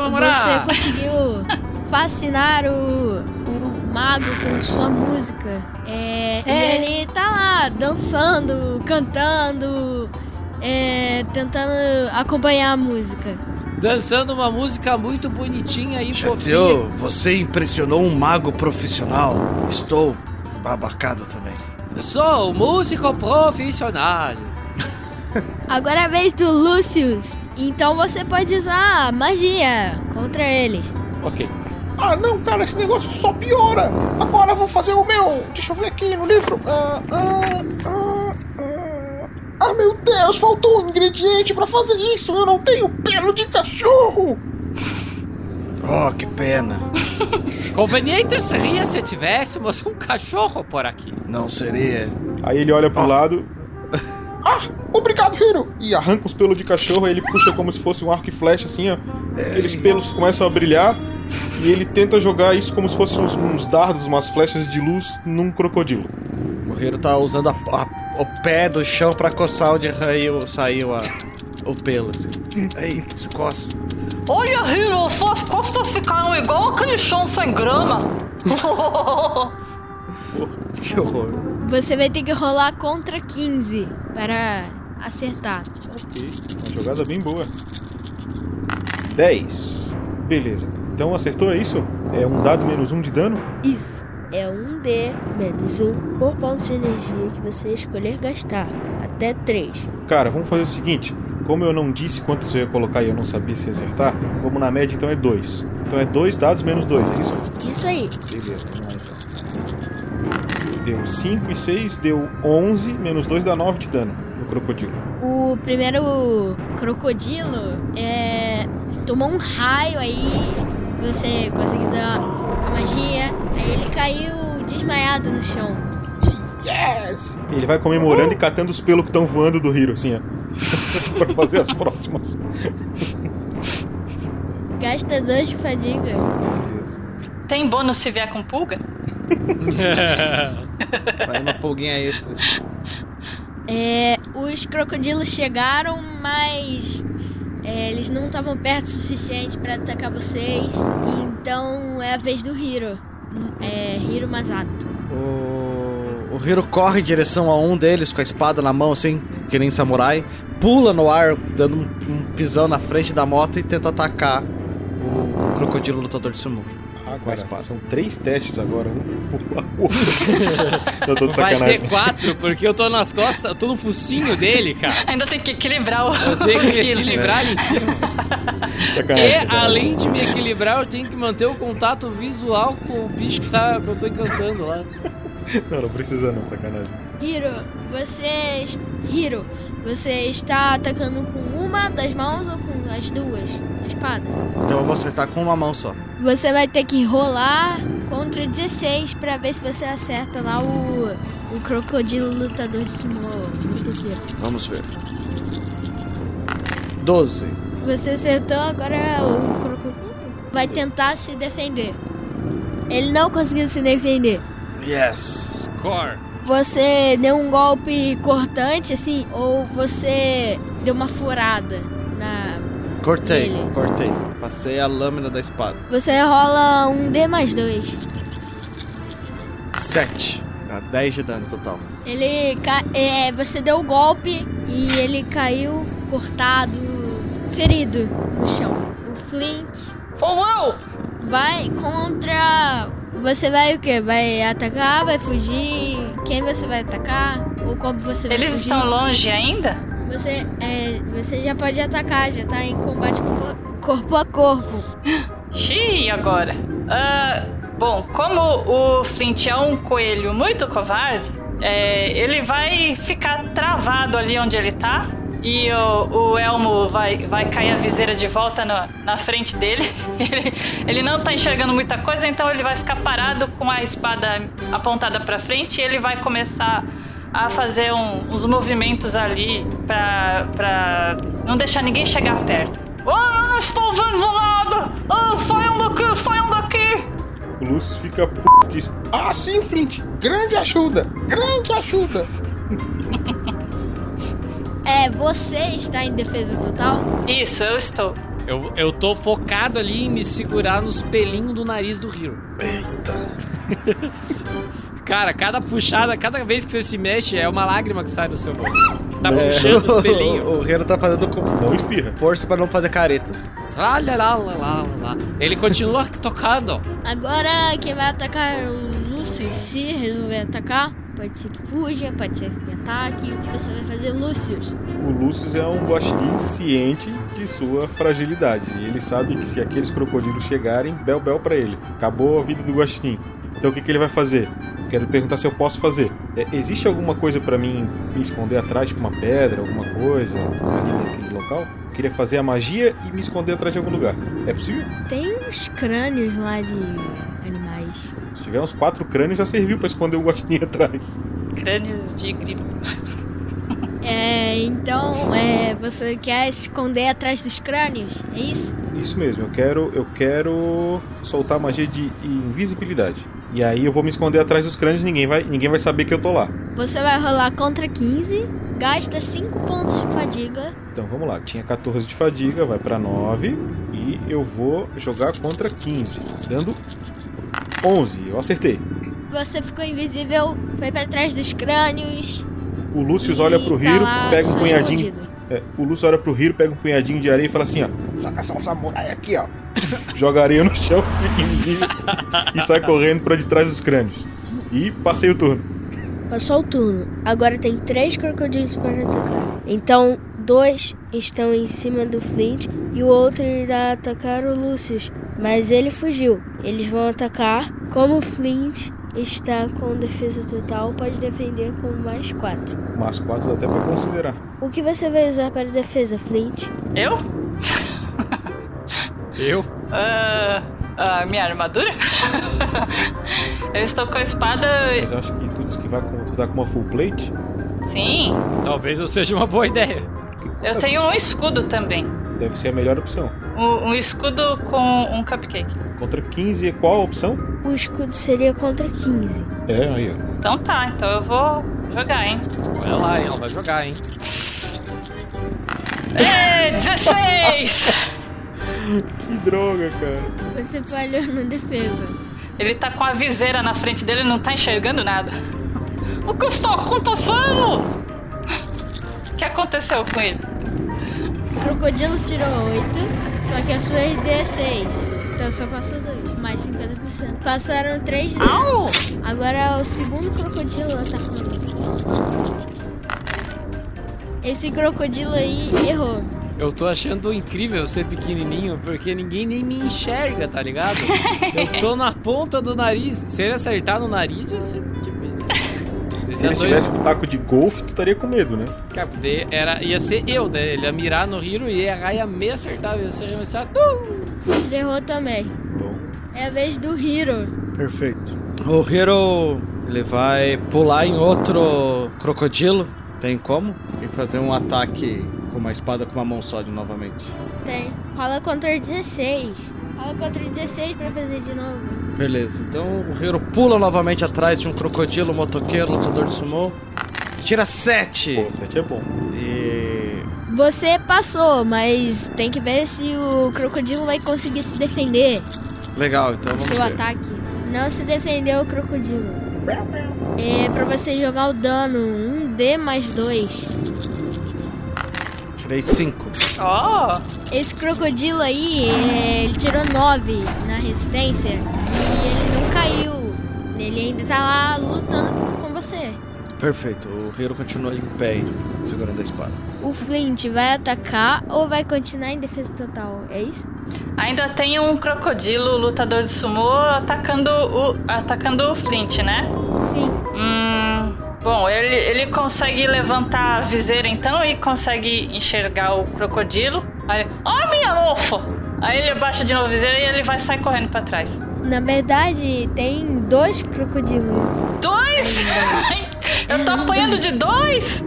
S3: Você
S5: comemorar.
S3: conseguiu fascinar o, o mago com sua música. É,
S6: É.
S3: e Ele tá lá dançando, cantando, é, tentando acompanhar a música.
S5: Dançando uma música muito bonitinha e fofinha.
S7: Chateu, você impressionou um mago profissional. Estou babacado também.
S5: Sou um músico profissional.
S3: Agora é a vez do Lucius. Então você pode usar magia contra eles.
S8: Ok. Ah não, cara, esse negócio só piora! Agora eu vou fazer o meu! Deixa eu ver aqui no livro. Ah, ah, ah, ah. ah meu Deus, faltou um ingrediente pra fazer isso! Eu não tenho pelo de cachorro!
S7: Oh, que pena.
S5: Conveniente seria se tivéssemos um cachorro por aqui.
S7: Não seria.
S8: Aí ele olha pro lado. Ah, obrigado, Hiro! E arranca os pelos de cachorro, aí ele puxa como se fosse um arco e flecha, assim, ó. Aqueles pelos começam a brilhar. E ele tenta jogar isso como se fossem uns, uns dardos, umas flechas de luz num crocodilo.
S7: O Hiro tá usando a- a- o pé do chão pra coçar onde saiu, saiu a- o pelo, assim. Aí, se coça. [LAUGHS]
S6: Olha, Hiro, suas costas ficaram igual aquele chão sem grama.
S8: horror.
S7: Que horror.
S3: Você vai ter que rolar contra 15 para acertar.
S8: Ok. Uma jogada bem boa. 10. Beleza. Então acertou, é isso? É um dado menos um de dano?
S9: Isso. É um D menos um por ponto de energia que você escolher gastar. Até três.
S8: Cara, vamos fazer o seguinte. Como eu não disse quantos eu ia colocar e eu não sabia se ia acertar, vamos na média, então é 2. Então é 2 dados menos 2, é isso?
S9: Isso aí.
S8: Beleza, vamos lá então. Deu 5 e 6, deu 11, menos 2 dá 9 de dano no crocodilo.
S3: O primeiro crocodilo é, tomou um raio aí, você conseguiu dar a magia, aí ele caiu desmaiado no chão.
S8: Yes! Ele vai comemorando e catando os pelos que estão voando do Hiro, assim, ó. [LAUGHS] pra fazer as próximas.
S3: Gasta dois de fadiga.
S8: Beleza.
S6: [LAUGHS] Tem bônus se vier com pulga?
S7: Vai uma pulguinha extra. assim.
S3: É, os crocodilos chegaram, mas é, eles não estavam perto o suficiente para atacar vocês. Então é a vez do Hiro. É, Hiro Masato.
S7: O, o Hiro corre em direção a um deles com a espada na mão, assim, que nem samurai. Pula no ar, dando um, um pisão na frente da moto e tenta atacar o crocodilo lutador de sumo.
S8: Agora,
S7: espada.
S8: são três testes agora. Um pula o outro. Eu tô de
S5: Vai
S8: sacanagem.
S5: ter quatro, porque eu tô nas costas, eu tô no focinho dele, cara.
S6: Ainda tem que equilibrar o.
S5: Eu tenho que me
S6: aquilo.
S5: equilibrar em cima.
S8: Sacanagem,
S5: E
S8: sacanagem.
S5: além de me equilibrar, eu tenho que manter o contato visual com o bicho que, tá, que eu tô encantando lá.
S8: Não, não precisa não, sacanagem.
S3: Hiro, você. es- Hiro, você está atacando com uma das mãos ou com as duas? A espada?
S7: Então eu vou acertar com uma mão só.
S3: Você vai ter que rolar contra 16 pra ver se você acerta lá o, o crocodilo lutador de sumo. Mutoqueiro.
S7: Vamos ver. 12.
S3: Você acertou, agora é o crocodilo vai tentar se defender. Ele não conseguiu se defender.
S7: Yes.
S5: Score.
S3: Você deu um golpe cortante, assim, ou você deu uma furada na...
S7: Cortei,
S3: Ele.
S7: cortei. Passei a lâmina da espada.
S3: Você rola um D mais dois.
S7: 7. Dá 10 de dano total.
S3: Ele ca... é, você deu o golpe e ele caiu cortado, ferido no chão. O Flint
S6: Oh, uou!
S3: vai contra. Você vai o quê? Vai atacar? Vai fugir? Quem você vai atacar? Ou como você vai
S6: Eles
S3: fugir?
S6: estão longe ainda?
S3: Você, é, você já pode atacar, já tá em combate corpo- corpo a corpo.
S6: Xiii, agora. Ah, bom, como o Flint é um coelho muito covarde, é, ele vai ficar travado ali onde ele tá. E o, o Elmo vai, vai cair a viseira de volta na- na frente dele. [LAUGHS] Ele, ele não tá enxergando muita coisa, então ele vai ficar parado com a espada apontada pra frente e ele vai começar a fazer um- uns movimentos ali pra, pra não deixar ninguém chegar perto. Oh, eu não estou vendo nada! Oh, saiam daqui, saiam daqui!
S8: O Lúcio fica puto e diz: Ah, sim, Flint! Grande ajuda! Grande ajuda!
S3: É, você está em defesa total?
S6: Isso, eu estou.
S5: Eu, eu tô focado ali em me segurar nos pelinhos do nariz do Hiro. Eita. [LAUGHS] Cara, cada puxada, cada vez que você se mexe, é uma lágrima que sai do seu rosto. Tá
S8: É.
S5: puxando os
S8: [LAUGHS]
S5: pelinhos.
S7: É. [LAUGHS] O Reno tá fazendo com
S8: Não espirra.
S7: força pra não fazer assim. caretas.
S5: Lá, lá, lá, lá, lá, lá. Ele continua tocando.
S3: Agora quem vai atacar é o Lúcio, se resolver atacar, pode ser que fuja, pode ser que ataque. O que você vai fazer, Lúcio?
S8: O Lúcio é um guaxinim ciente de sua fragilidade. E ele sabe que se aqueles crocodilos chegarem, bel bel pra ele. Acabou a vida do guaxinim. Então o que, que ele vai fazer? Quero perguntar se eu posso fazer. É, existe alguma coisa pra mim me esconder atrás, tipo uma pedra, alguma coisa, ali naquele local? Queria fazer a magia e me esconder atrás de algum lugar. É possível?
S3: Tem uns crânios lá de animais.
S8: Se tiver uns quatro crânios, já serviu pra esconder o guaxinim [LAUGHS] atrás.
S6: Crânios de grilo.
S3: É, então, é, você quer se esconder atrás dos crânios? É isso?
S8: Isso mesmo, eu quero, eu quero soltar a magia de invisibilidade. E aí eu vou me esconder atrás dos crânios, ninguém vai, ninguém vai saber que eu tô lá.
S3: Você vai rolar contra 15, gasta 5 pontos de fadiga.
S8: Então vamos lá, tinha 14 de fadiga, vai pra 9 e eu vou jogar contra 15, dando 11. Eu acertei.
S3: Você ficou invisível, foi pra trás dos crânios.
S8: O Lúcio olha pro
S3: Ih, tá
S8: Hiro,
S3: lá,
S8: pega um
S3: só
S8: punhadinho.
S9: Escondido.
S8: é, o Lúcio olha pro Hiro, pega um punhadinho de areia e fala assim, ó. Sacação samurai aqui, ó. Joga areia no chão, fica invisível e sai correndo pra de trás dos crânios. E passei o turno.
S9: Passou o turno. Agora tem três crocodilos para atacar. Então, dois estão em cima do Flint e o outro irá atacar o Lucius. Mas ele fugiu. Eles vão atacar. Como o Flint está com defesa total, pode defender com mais quatro.
S8: Mas quatro dá até pra considerar.
S9: O que você vai usar para defesa, Flint?
S6: Eu?
S5: Eu?
S6: Ah, ah, minha armadura? [LAUGHS] eu estou com a espada.
S8: Mas acho que tu disse que vai com, tu tá com uma full plate.
S6: Sim,
S5: Talvez eu seja uma boa ideia.
S6: eu tenho um escudo também.
S8: Deve ser a melhor opção.
S6: Um, um escudo com um cupcake.
S8: Contra 15 é qual a opção?
S9: O escudo seria contra 15.
S8: É, aí, ó.
S6: Então tá, então eu vou jogar, hein?
S5: Olha lá, hein? Ela vai jogar, hein?
S6: É, 16!
S8: Que droga, cara.
S3: Você falhou na defesa.
S6: Ele tá com a viseira na frente dele e não tá enxergando nada. O que eu estou acontecendo? O que aconteceu com ele?
S3: O crocodilo tirou 8, só que a sua RD é 6. Então só passou 2, mais 50%. Passaram 3 dedos.
S6: Au!
S3: Agora o segundo crocodilo atacando. Esse crocodilo aí errou.
S5: Eu tô achando incrível ser pequenininho, porque ninguém nem me enxerga, tá ligado? Eu tô na ponta do nariz. Se ele acertar no nariz, ia ser
S8: [LAUGHS]
S5: difícil. é
S8: Se ele
S5: Esses
S8: estivesse com taco de golfe, tu estaria com medo, né?
S5: Cara, daí era, ia ser eu, né? Ele ia mirar no Hiro e ia errar, ia me acertar, ia ser arremessado.
S3: Ele errou também.
S8: Bom,
S3: É a vez do Hiro.
S7: Perfeito. O Hero, ele vai pular em outro crocodilo. Tem como? E fazer um ataque com uma espada com uma mão só de novamente.
S3: Tem. Rola contra 16. Rola contra 16 pra fazer de novo.
S7: Beleza. Então o Hero pula novamente atrás de um crocodilo, motoqueiro, lutador de sumô. Tira 7.
S8: pô, 7 é bom.
S7: E
S3: Você passou, mas tem que ver se o crocodilo vai conseguir se defender.
S7: legal, então vamos
S3: seu
S7: ver.
S3: ataque. Não se defendeu o crocodilo. É pra você jogar o dano. Um D mais dois.
S7: Tirei 5.
S6: Ó!
S3: Esse crocodilo aí, é, ele tirou nove na resistência. E ele não caiu. Ele ainda tá lá lutando com você.
S7: Perfeito. O Hero continua em pé, hein, segurando a espada.
S3: O Flint vai atacar ou vai continuar em defesa total? É isso?
S6: Ainda tem um crocodilo lutador de sumô atacando o, atacando o Flint, né?
S3: Sim.
S6: Hum, bom, ele, ele consegue levantar a viseira então e consegue enxergar o crocodilo. Aí, ó, minha lofa! Aí ele abaixa de novo a viseira e ele vai sair correndo pra trás.
S3: Na verdade, tem dois crocodilos.
S6: Dois? [LAUGHS] Eu tô apanhando de dois?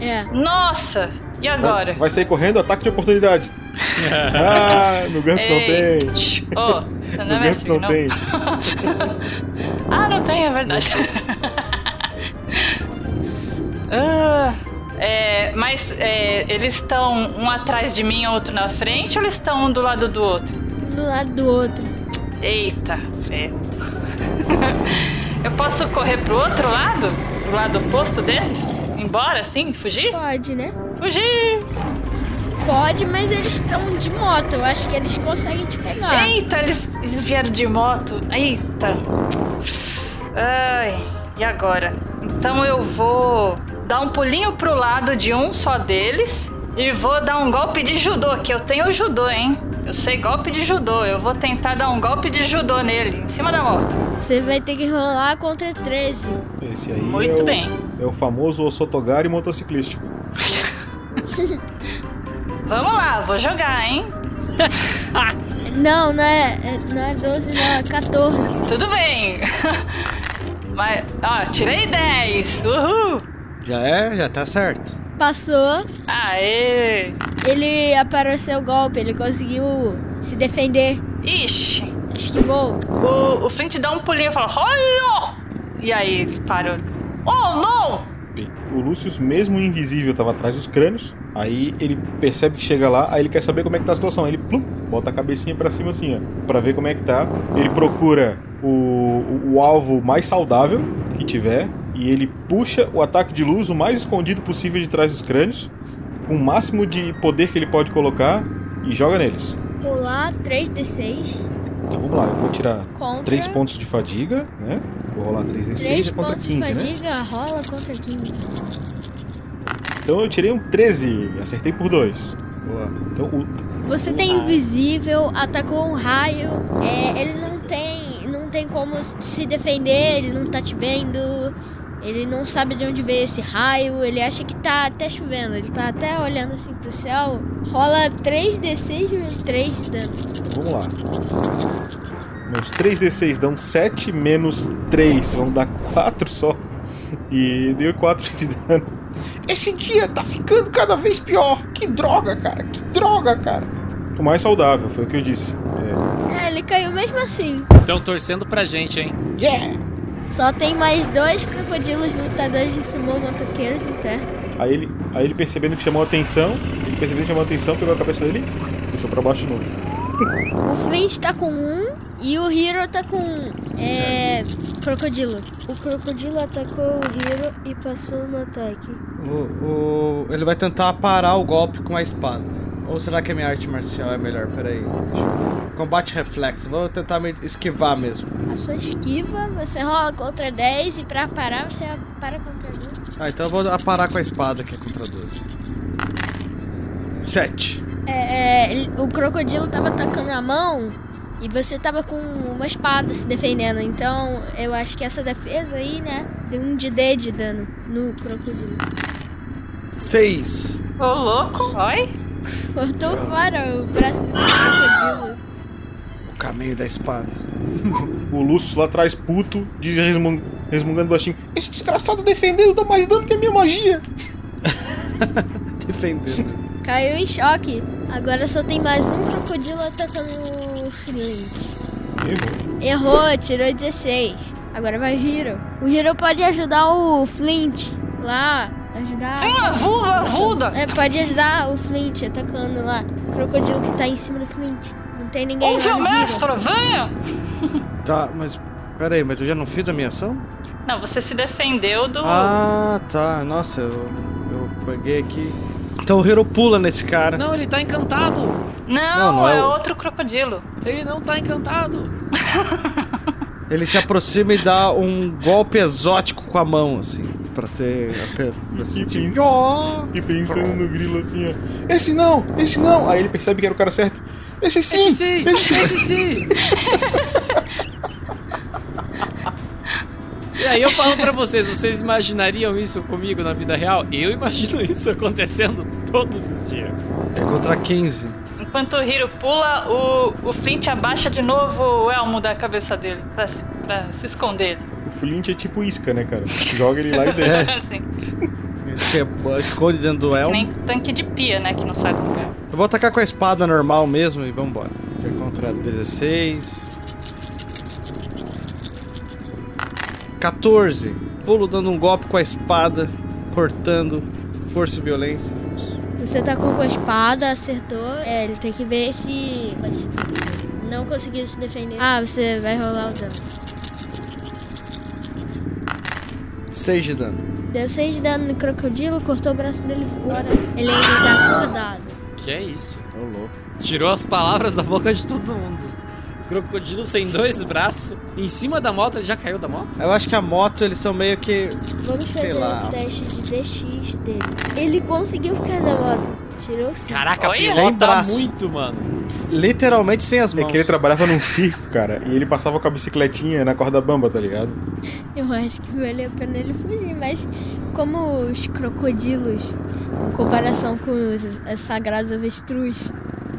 S3: É.
S6: Nossa! E agora?
S8: Vai sair correndo, ataque de [LAUGHS] oportunidade. ah, no Gantz não
S6: Ei,
S8: tem.
S6: shh, Ô,
S8: [LAUGHS]
S6: você não é
S8: No
S6: meu
S8: Gantz
S6: filho,
S8: não
S6: não?
S8: tem.
S6: Ah, não tem, é verdade. [LAUGHS] Ah, é, mas é, eles estão um atrás de mim, outro na frente, ou eles estão um do lado do outro?
S3: Um do lado do outro.
S6: Eita, ferro. [LAUGHS] Eu posso correr pro outro lado? Pro lado oposto deles? Embora, assim? Fugir?
S3: Pode, né?
S6: Fugir!
S3: Pode, mas eles estão de moto. Eu acho que eles conseguem te pegar.
S6: Eita, eles, eles vieram de moto. Eita. Ai, e agora? Então eu vou dar um pulinho pro lado de um só deles e vou dar um golpe de judô, que eu tenho judô, hein? Eu sei golpe de judô. Eu vou tentar dar um golpe de judô nele, em cima da moto.
S3: Você vai ter que rolar contra 13.
S8: Esse aí
S6: Muito
S8: é o,
S6: bem.
S8: É o famoso Osotogari motociclístico.
S6: Vamos lá, vou jogar, hein?
S3: Não, não é, é- não é 12, não, é 14.
S6: Tudo bem. [LAUGHS] Mas, ó, tirei 10. Uhul.
S7: Já é? Já tá certo.
S3: Passou,
S6: Aê.
S3: ele apareceu o golpe, ele conseguiu se defender,
S6: Ixi.
S3: esquivou.
S6: O, o Flint dá um pulinho e fala, olha! E aí ele parou. Oh, não!
S8: Bem, O Lúcio, mesmo invisível, tava atrás dos crânios. Aí ele percebe que chega lá, aí ele quer saber como é que tá a situação. Aí ele plum, bota a cabecinha pra cima assim, ó. Pra ver como é que tá. Ele procura o o, o alvo mais saudável que tiver e ele puxa o ataque de luz o mais escondido possível de trás dos crânios, com o máximo de poder que ele pode colocar e joga neles.
S3: Rolar 3d6
S8: Então vamos lá, eu vou tirar
S3: contra
S8: 3 pontos de fadiga, né? Vou rolar 3d6
S10: 3
S8: é contra
S10: pontos de
S8: 15, né?
S10: fadiga, rola contra 15.
S8: Então eu tirei um 13, acertei por 2.
S7: Boa.
S8: Então o-
S3: Você tem invisível, atacou um raio. é, ele não tem, não tem como se defender. Ele não tá te vendo. Ele não sabe de onde veio esse raio. Ele acha que tá até chovendo. Ele tá até olhando assim pro céu. Rola 3d6 vezes 3 de dano.
S8: vamos lá. Meus 3d6 dão 7 menos 3, vão dar 4 só. E deu 4 de dano. Esse dia tá ficando cada vez pior. Que droga, cara. Que droga, cara. O mais saudável, foi o que eu disse.
S3: É, ele caiu mesmo assim.
S5: Estão torcendo pra gente, hein?
S3: Só tem mais dois crocodilos lutadores de sumô motoqueiros em pé.
S8: Aí ele, aí ele percebendo que chamou a atenção, ele percebendo que chamou a atenção, pegou a cabeça dele, puxou pra baixo de novo.
S3: O Flint tá com um e o Hiro tá com um. É. Crocodilo.
S11: O crocodilo atacou o Hiro e passou no ataque.
S7: O, o- ele vai tentar parar o golpe com a espada. Ou será que a minha arte marcial é melhor? Peraí. deixa eu- Combate reflexo. Vou tentar me esquivar mesmo.
S3: A sua esquiva, você rola contra 10 e pra parar você para contra 2.
S7: Ah, então eu vou parar com a espada que é contra 12. 7.
S3: É, é, ele- o crocodilo tava atacando a mão e você tava com uma espada se defendendo. Então eu acho que essa defesa aí, né? Deu um de D de dano no crocodilo.
S7: 6.
S6: Ô, louco! Oi?
S3: Cortou fora o braço do crocodilo.
S7: O caminho da espada.
S8: O Lúcio lá atrás, puto, diz resmun- resmungando baixinho: Esse desgraçado defendendo dá mais dano que a minha magia.
S7: Defendendo.
S3: Caiu em choque. Agora só tem mais um crocodilo atacando o Flint.
S8: Errou.
S3: Errou, tirou 16. Agora vai o Hiro. O Hiro pode ajudar o Flint lá. Ajudar.
S6: Venha, vulva, vulva!
S3: É, pode ajudar o Flint atacando lá. O crocodilo que tá em cima do Flint. Não tem ninguém
S6: Ouve
S3: lá
S6: o
S3: no Hiro.
S6: mestre, Um venha!
S7: Tá, mas. Peraí, mas eu já não fiz a minha ação?
S6: Não, você se defendeu do.
S7: Ah, tá. Nossa, eu, eu peguei aqui. Então o Hiro pula nesse cara.
S5: Não, ele tá encantado.
S6: Não,
S7: Não, não é
S6: é
S7: o-
S6: outro crocodilo.
S5: Ele não tá encantado.
S7: Ele se aproxima e dá um golpe exótico com a mão, assim. Pra ter. Pra, pra sentir.
S8: isso? E pensando no grilo assim: ó, Esse não, esse não. Aí ele percebe que era o cara certo. Esse sim,
S5: Esse sim, esse sim. E aí eu falo pra vocês, vocês imaginariam isso comigo na vida real? Eu imagino [LAUGHS] isso acontecendo todos os dias.
S7: É contra 15.
S6: Enquanto o Hiro pula, o, o Flint abaixa de novo o elmo da cabeça dele pra, se- pra se esconder.
S8: O Flint é tipo isca, né, cara? Joga ele lá e
S7: [LAUGHS] É.
S8: deixa.
S6: [LAUGHS] Assim,
S7: Ele se esconde dentro do
S6: que
S7: elmo.
S6: nem tanque de pia, né? Que não sai do lugar.
S7: Eu vou atacar com a espada normal mesmo e vambora. Que é contra 16. 14. Pulo dando um golpe com a espada, cortando, força e violência.
S3: Você tacou com a espada, acertou. É, ele tem que ver se. vai se- Não conseguiu se defender. Ah, você vai rolar o dano.
S7: 6 de dano.
S3: Deu 6 de dano no crocodilo, cortou o braço dele fora. Ele ainda tá acordado.
S5: Que é isso?
S7: Ô louco.
S5: Tirou as palavras da boca de todo mundo. Crocodilo sem dois braços, em cima da moto, ele já caiu da moto?
S7: Eu acho que a moto eles são meio que.
S11: Vamos fazer
S7: Sei lá.
S11: o teste de DX dele. Ele conseguiu ficar na moto. Tirou 5.
S5: Caraca,
S6: Olha!
S5: pilota
S7: Sem braço.
S5: tá muito, mano.
S7: literalmente sem as
S8: É
S7: mãos.
S8: que ele trabalhava num circo, cara, e ele passava com a bicicletinha na corda bamba, tá ligado?
S3: Eu acho que valeu a pena ele fugir, mas como os crocodilos, em comparação com os as sagrados avestruz,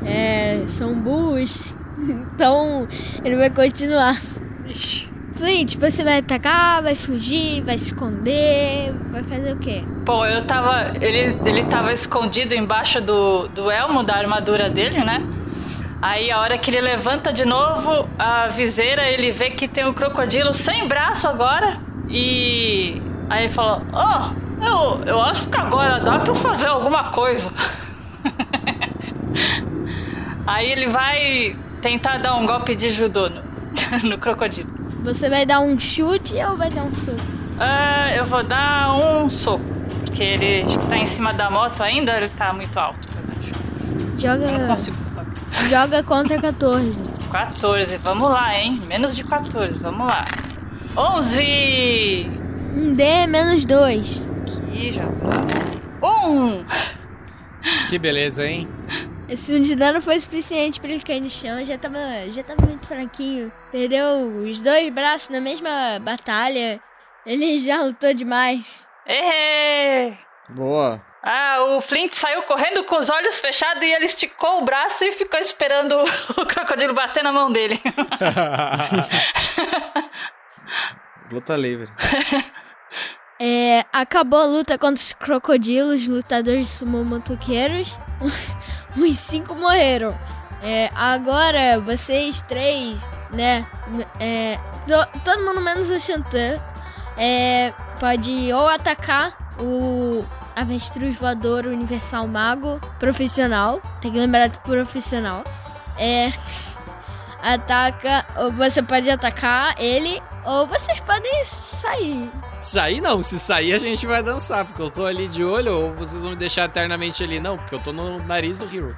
S3: é, são burros, [LAUGHS] então ele vai continuar.
S6: Ixi.
S3: Flint, você vai atacar, vai fugir, vai se esconder, vai fazer o quê?
S6: Pô, eu tava. Ele, ele tava escondido embaixo do, do elmo da armadura dele, né? Aí a hora que ele levanta de novo a viseira, ele vê que tem um crocodilo sem braço agora. E aí ele fala, ó, eu, eu acho que agora dá pra eu fazer alguma coisa. [LAUGHS] aí ele vai tentar dar um golpe de judô no, [LAUGHS] no crocodilo.
S3: Você vai dar um chute ou vai dar um soco?
S6: Ah, eu vou dar um soco, porque ele tá em cima da moto ainda, ele tá muito alto. Eu acho.
S3: É.
S6: Eu não
S12: Joga,
S6: consigo.
S12: joga contra 14.
S6: 14, vamos lá, hein? Menos de 14, vamos lá. 11!
S12: Um
S3: é
S12: D menos 2.
S6: Aqui, já. Um!
S5: Que beleza, hein?
S3: Esse um de dano foi suficiente pra ele cair no chão. Já tava, já tava muito fraquinho. Perdeu os dois braços na mesma batalha. Ele já lutou demais.
S6: Errei!
S7: Boa.
S6: Ah, o Flint saiu correndo com os olhos fechados e ele esticou o braço e ficou esperando [LAUGHS] o crocodilo bater na mão dele.
S7: Luta livre.
S3: É, acabou a luta contra os crocodilos, lutadores [LAUGHS] sumomotoqueiros. Os cinco morreram. É, agora vocês três, né? é, to- todo mundo menos o Xantan é, pode ou atacar o avestruz voador universal mago profissional. Tem que lembrar do profissional. É, [LAUGHS] ataca, ou você pode atacar ele, ou vocês podem sair.
S5: Sair não, se sair a gente vai dançar, porque eu tô ali de olho, ou vocês vão me deixar eternamente ali. Não, porque eu tô no nariz do Hero.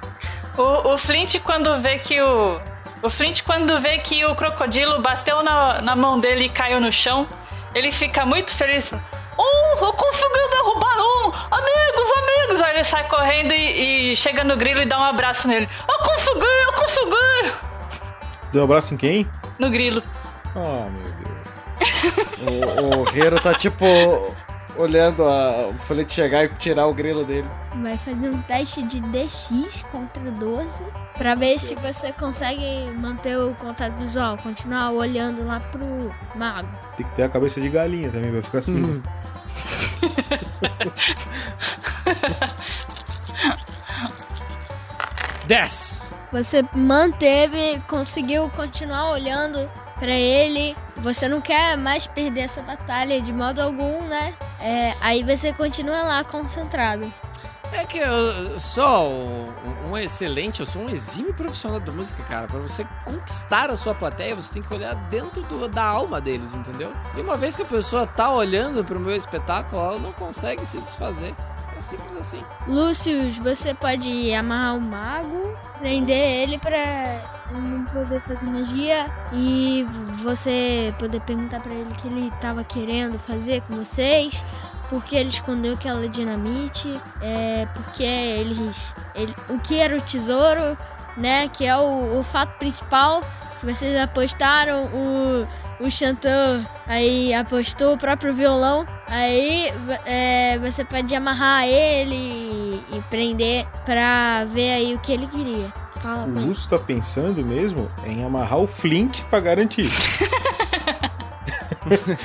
S6: O, o Flint, quando vê que o. O Flint, quando vê que o crocodilo bateu na, na mão dele e caiu no chão, ele fica muito feliz. Um, eu consegui derrubar um! Amigos, amigos! Aí ele sai correndo e, e chega no grilo e dá um abraço nele. Eu consegui, eu consegui!
S8: Deu um abraço em quem?
S6: oh, No grilo.
S8: Ah, meu Deus.
S7: O, o Hero tá tipo olhando a, o Flint chegar e tirar o grilo
S8: [LAUGHS]
S7: dele.
S12: Vai fazer um teste de DX contra 12.
S3: Pra ver se você consegue manter o contato visual, continuar olhando lá pro mago.
S8: Tem que ter a cabeça de galinha também, vai ficar assim.
S5: Desce!
S3: Você manteve, conseguiu continuar olhando pra ele. Você não quer mais perder essa batalha de modo algum, né? É, aí você continua lá concentrado.
S5: É que eu sou um, um excelente, eu sou um exímio profissional da música, cara. Pra você conquistar a sua plateia, você tem que olhar dentro do- da alma deles, entendeu? E uma vez que a pessoa tá olhando pro meu espetáculo, ela não consegue se desfazer. É simples assim.
S3: Lúcius, você pode amarrar o mago, prender ele pra ele não poder fazer magia e você poder perguntar pra ele o que ele tava querendo fazer com vocês, porque ele escondeu aquela dinamite, é, porque eles, ele- o que era o tesouro, né, que é o, o fato principal que vocês apostaram o o Xantão aí apostou o próprio violão. Aí v- é, você pode amarrar ele e- e prender pra ver aí o que ele queria. Fala
S8: O
S3: com ele.
S8: Lúcio tá pensando mesmo em amarrar o Flint pra garantir.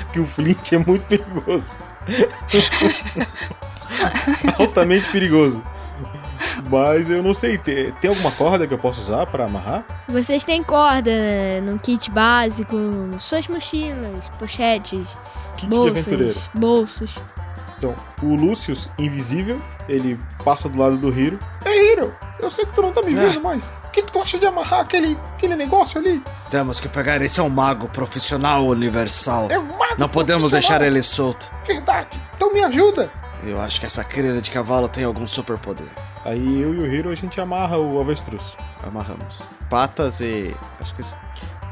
S8: Porque o Flint é muito perigoso. [LAUGHS] Altamente perigoso. Mas eu não sei, te- tem alguma corda que eu posso usar pra amarrar?
S3: Vocês têm corda né, no kit básico, suas mochilas, pochetes,
S8: Kit tipo de aventureiro.
S3: bolsas, bolsos.
S8: Então, o Lúcio, invisível, ele passa do lado do Hiro. Ei, é Hiro, eu sei que tu não
S7: É.
S8: tá me vendo mais. O que, que tu acha de amarrar aquele, aquele negócio ali?
S7: Temos que pegar esse é um mago profissional universal.
S8: É um mago
S7: Não podemos
S8: profissional.
S7: deixar ele solto.
S8: Verdade. Então me ajuda.
S7: Eu acho que essa crina de cavalo tem algum superpoder.
S8: Aí eu e o Hiro a gente amarra o avestruz.
S7: Amarramos. Patas e. Acho que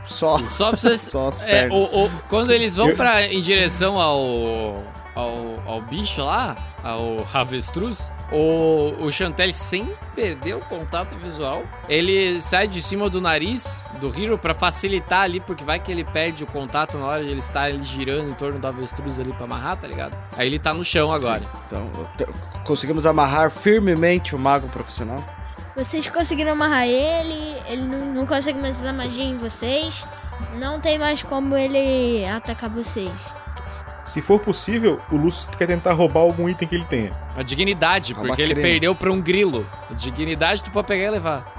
S7: só,
S5: Só pra vocês.
S7: só as
S5: É,
S7: pernas.
S5: o- o- quando eles vão
S8: Eu-
S5: pra, em direção ao, ao. ao bicho lá, ao avestruz, o, o Chantel, sem perder o contato visual, ele sai de cima do nariz do Hiro pra facilitar ali, porque vai que ele perde o contato na hora de ele estar ali girando em torno do avestruz ali pra amarrar, tá ligado? Aí ele tá no chão agora.
S7: Então, te- conseguimos amarrar firmemente o mago profissional?
S3: Vocês conseguiram amarrar ele, ele não, não consegue mais usar magia em vocês, não tem mais como ele atacar vocês.
S8: Se for possível, o Lúcio quer tentar roubar algum item que ele tenha.
S5: A dignidade,
S8: É
S7: Rouba
S5: porque ele
S7: creme.
S5: perdeu pra um grilo. A dignidade tu pode pegar e levar.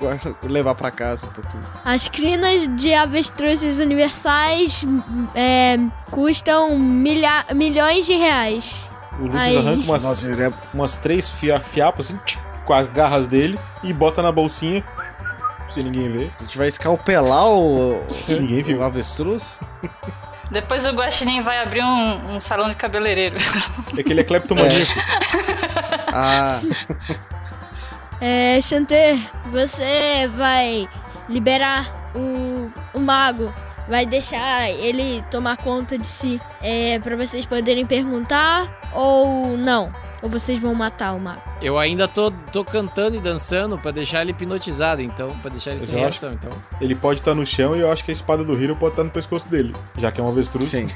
S7: Guarda- levar pra casa um pouquinho.
S3: As crinas de avestruzes universais é, custam milha- milhões de reais.
S8: O Lúcio
S3: Ai.
S8: arranca umas,
S7: Nós iremos.
S8: umas três fia fiapas assim, tchim, com as garras dele e bota na bolsinha. sem ninguém ver.
S7: A gente vai escalpelar [LAUGHS] o,
S8: Ninguém viu.
S7: o avestruz?
S6: Depois o Guaxinim vai abrir um, um salão de cabeleireiro. [LAUGHS]
S8: É que ele é cleptomaníaco.
S7: Ah,
S13: É, Xanter, você vai liberar o, o mago. Vai deixar ele tomar conta de si é, para vocês poderem perguntar ou não. Ou vocês vão matar o mago.
S5: Eu ainda tô, tô cantando e dançando pra deixar ele hipnotizado, então, pra deixar ele
S8: Eu
S5: sem
S8: já acho.
S5: reação, então.
S8: ele pode estar no chão e eu acho que a espada do Hiro pode estar no pescoço dele, já que é um avestruz.
S7: sim.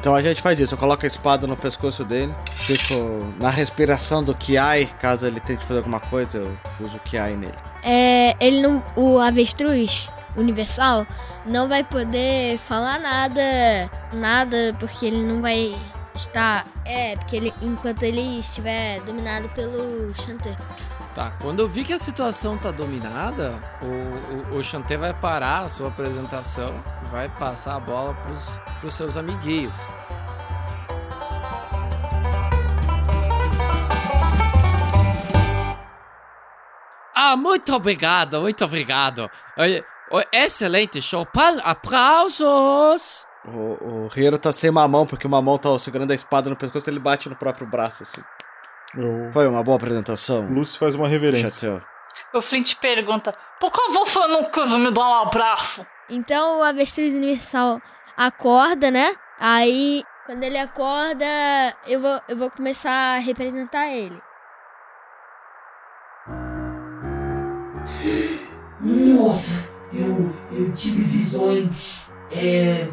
S7: Então a gente faz isso. Eu coloco a espada no pescoço dele. Fico na respiração do Kiai. Caso ele tente fazer alguma coisa, eu uso o Kiai nele.
S3: É, ele não. O avestruz universal não vai poder falar nada. Nada, porque ele não vai estar. É, porque ele, enquanto ele estiver dominado pelo Chanter.
S5: Tá, quando eu vi que a situação tá dominada, o, o, o Xantê vai parar a sua apresentação e vai passar a bola pros, pros seus amiguinhos. Ah, muito obrigado, muito obrigado. Olha, ó, Excelente show. Pa- Aplausos!
S7: O, o Hiro tá sem mamão, porque o mamão tá segurando a espada no pescoço ele bate no próprio braço, assim.
S8: O
S7: Foi uma boa apresentação.
S8: Lúcio faz uma reverência.
S7: Chateau.
S6: o Flint pergunta: Por que você não quis me dar um abraço?
S3: Então o avestruz universal acorda, né? Aí, quando ele acorda, eu vou, eu vou começar a representar ele.
S4: Nossa, eu, eu tive visões, é,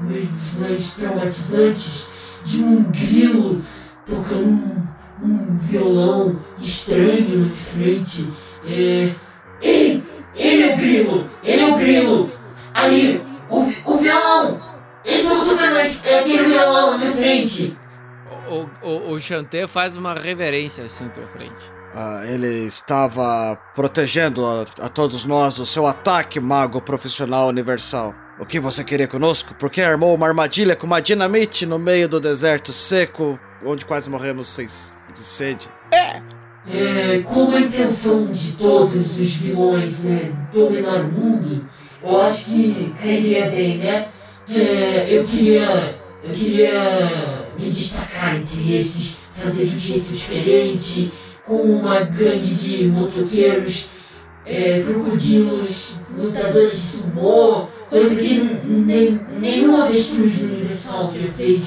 S4: umas visões traumatizantes de um grilo tocando um, um violão estranho na minha frente. É, ei, ele é o grilo, ele é o grilo. Ali, o, vi- o violão, ele tá tocando esse- aquele violão na minha frente.
S5: O, o, o Xantê faz uma reverência assim pra frente.
S7: Ah, ele estava protegendo a, a todos nós do seu ataque, mago profissional universal. O que você queria conosco? Por que armou uma armadilha com uma dinamite no meio do deserto seco, onde quase morremos seis de sede?
S4: É, como a intenção de todos os vilões é dominar o mundo, eu acho que cairia bem, né? É, eu queria. Eu queria me destacar entre esses, fazer de um jeito diferente, com uma gangue de motoqueiros, é, crocodilos, lutadores de sumô, coisa que nem, nenhum avestruz universal já fez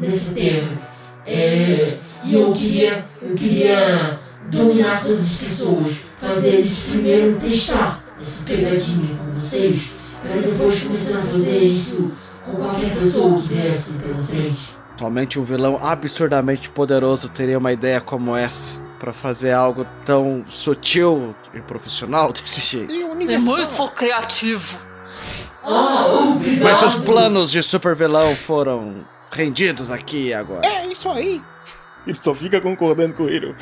S4: nessa terra. É, e eu queria. Eu queria dominar todas as pessoas, fazer eles primeiro testar essa pegadinha com vocês, para depois começar a fazer isso com qualquer pessoa que viesse pela frente.
S7: Somente um vilão absurdamente poderoso teria uma ideia como essa para fazer algo tão sutil e profissional [LAUGHS] desse jeito.
S6: É muito criativo.
S4: Ah, obrigado!
S7: Mas seus planos de supervilão foram rendidos aqui agora.
S4: é
S8: Ele só fica concordando com o Hiro.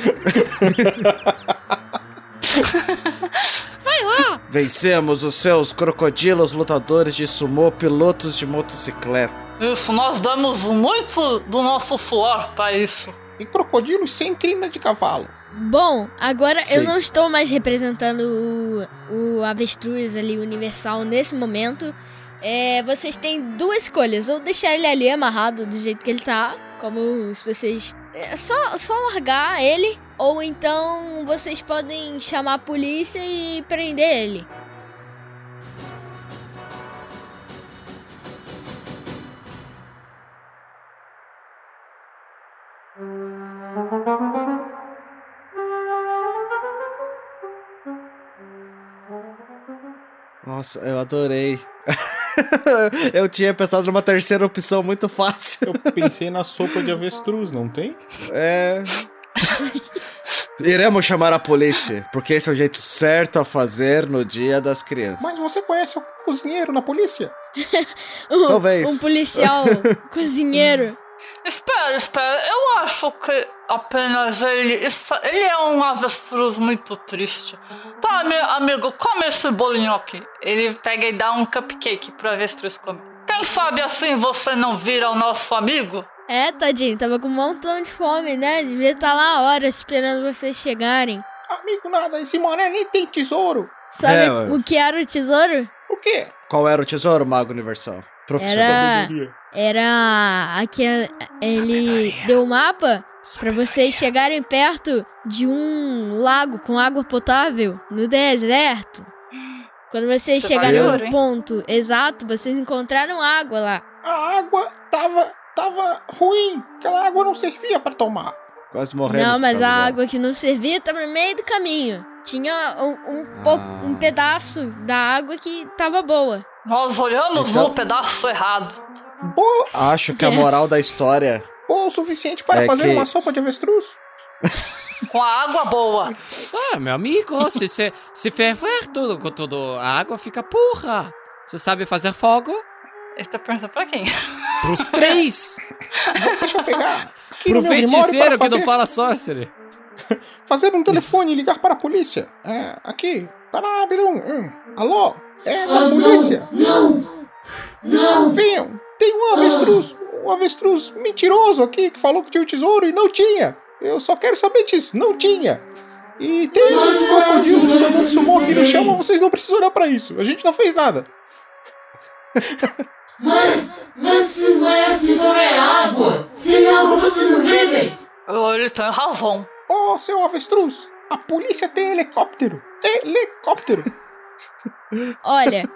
S7: Vencemos os seus crocodilos, lutadores de sumô, pilotos de motocicleta.
S6: Isso, nós damos muito do nosso suor pra isso.
S14: E crocodilos sem crina de cavalo.
S3: Bom, agora eu
S7: Sim.
S3: não estou mais representando o, o avestruz ali universal nesse momento. É, vocês têm duas escolhas: ou deixar ele ali amarrado do jeito que ele tá, como se vocês. É só, só largar ele, ou então vocês podem chamar a polícia e prender ele.
S7: Nossa, eu adorei. [LAUGHS] eu tinha pensado numa terceira opção muito fácil.
S8: Eu pensei na sopa de avestruz, não tem?
S7: [LAUGHS] É. Iremos chamar a polícia, porque esse é o jeito certo a fazer no dia das crianças.
S14: Mas você conhece o cozinheiro na polícia?
S13: Um,
S7: Talvez.
S13: Um
S7: [LAUGHS]
S13: policial cozinheiro.
S6: Espera, espera, eu acho que apenas ele. está- Ele é um avestruz muito triste. Tá, meu amigo, come esse bolinho aqui. Ele pega e dá um cupcake pro avestruz comer. Quem sabe assim você não vira o nosso amigo?
S13: É, tadinho, tava com um montão de fome, né?
S3: tá
S13: Devia estar lá horas esperando vocês chegarem.
S14: Amigo nada, esse mané nem tem tesouro.
S3: Sabe
S7: É, ué.
S3: o que era o tesouro?
S7: O quê? Qual era o tesouro, Mago Universal? Professor.
S3: Era. Era. Aquele. Ele deu o mapa pra vocês chegarem perto de um lago com água potável no deserto. Quando vocês
S6: Isso é
S3: chegaram
S6: valioso,
S3: no
S6: hein?
S3: ponto exato, vocês encontraram água lá.
S4: A água tava, tava ruim. Aquela água não servia pra tomar.
S7: Quase morremos.
S3: não,
S7: por
S3: mas
S7: causa
S3: a
S7: dela.
S3: água que não servia tá no meio do caminho. Tinha um, um, pouco-
S7: Ah.
S3: um pedaço da água que tava boa.
S6: Nós olhamos
S7: Então-
S6: no pedaço errado.
S4: Boa,
S7: Acho que a
S3: É.
S7: moral da história.
S4: boa o suficiente para
S7: É
S4: fazer
S7: que-
S4: uma sopa de avestruz.
S6: Com a água boa.
S5: Ah, meu amigo, se, se, se ferver tudo, com tudo, a água fica pura. Você sabe fazer fogo?
S6: Eu tô perguntando é pra quem?
S5: Pros três!
S4: Deixa eu pegar. aqui
S5: Pro
S4: no meu grimório
S5: feiticeiro
S4: para
S5: que não
S4: fazer-
S5: fala sorcery.
S4: fazer um telefone e ligar para a polícia. É, aqui. Para, Birum. Hum. Alô? É, da
S15: Ah,
S4: polícia.
S15: não, não, não.
S4: Venham. Tem um avestruz, um avestruz mentiroso aqui que falou que tinha o tesouro e não tinha. Eu só quero saber disso. Não tinha. E tem
S15: Mas
S4: uns
S15: não,
S4: crocodilos
S15: não,
S4: do
S15: não,
S4: sumô que
S15: não.
S4: nos chamam, vocês não precisam olhar pra isso. A gente não fez nada.
S15: Mas, mas, mas o tesouro é água. Sem água vocês não vivem.
S6: [LAUGHS] Eu- Ele tá em Ravon.
S4: Ô, seu avestruz, a polícia tem helicóptero. Helicóptero.
S3: Olha,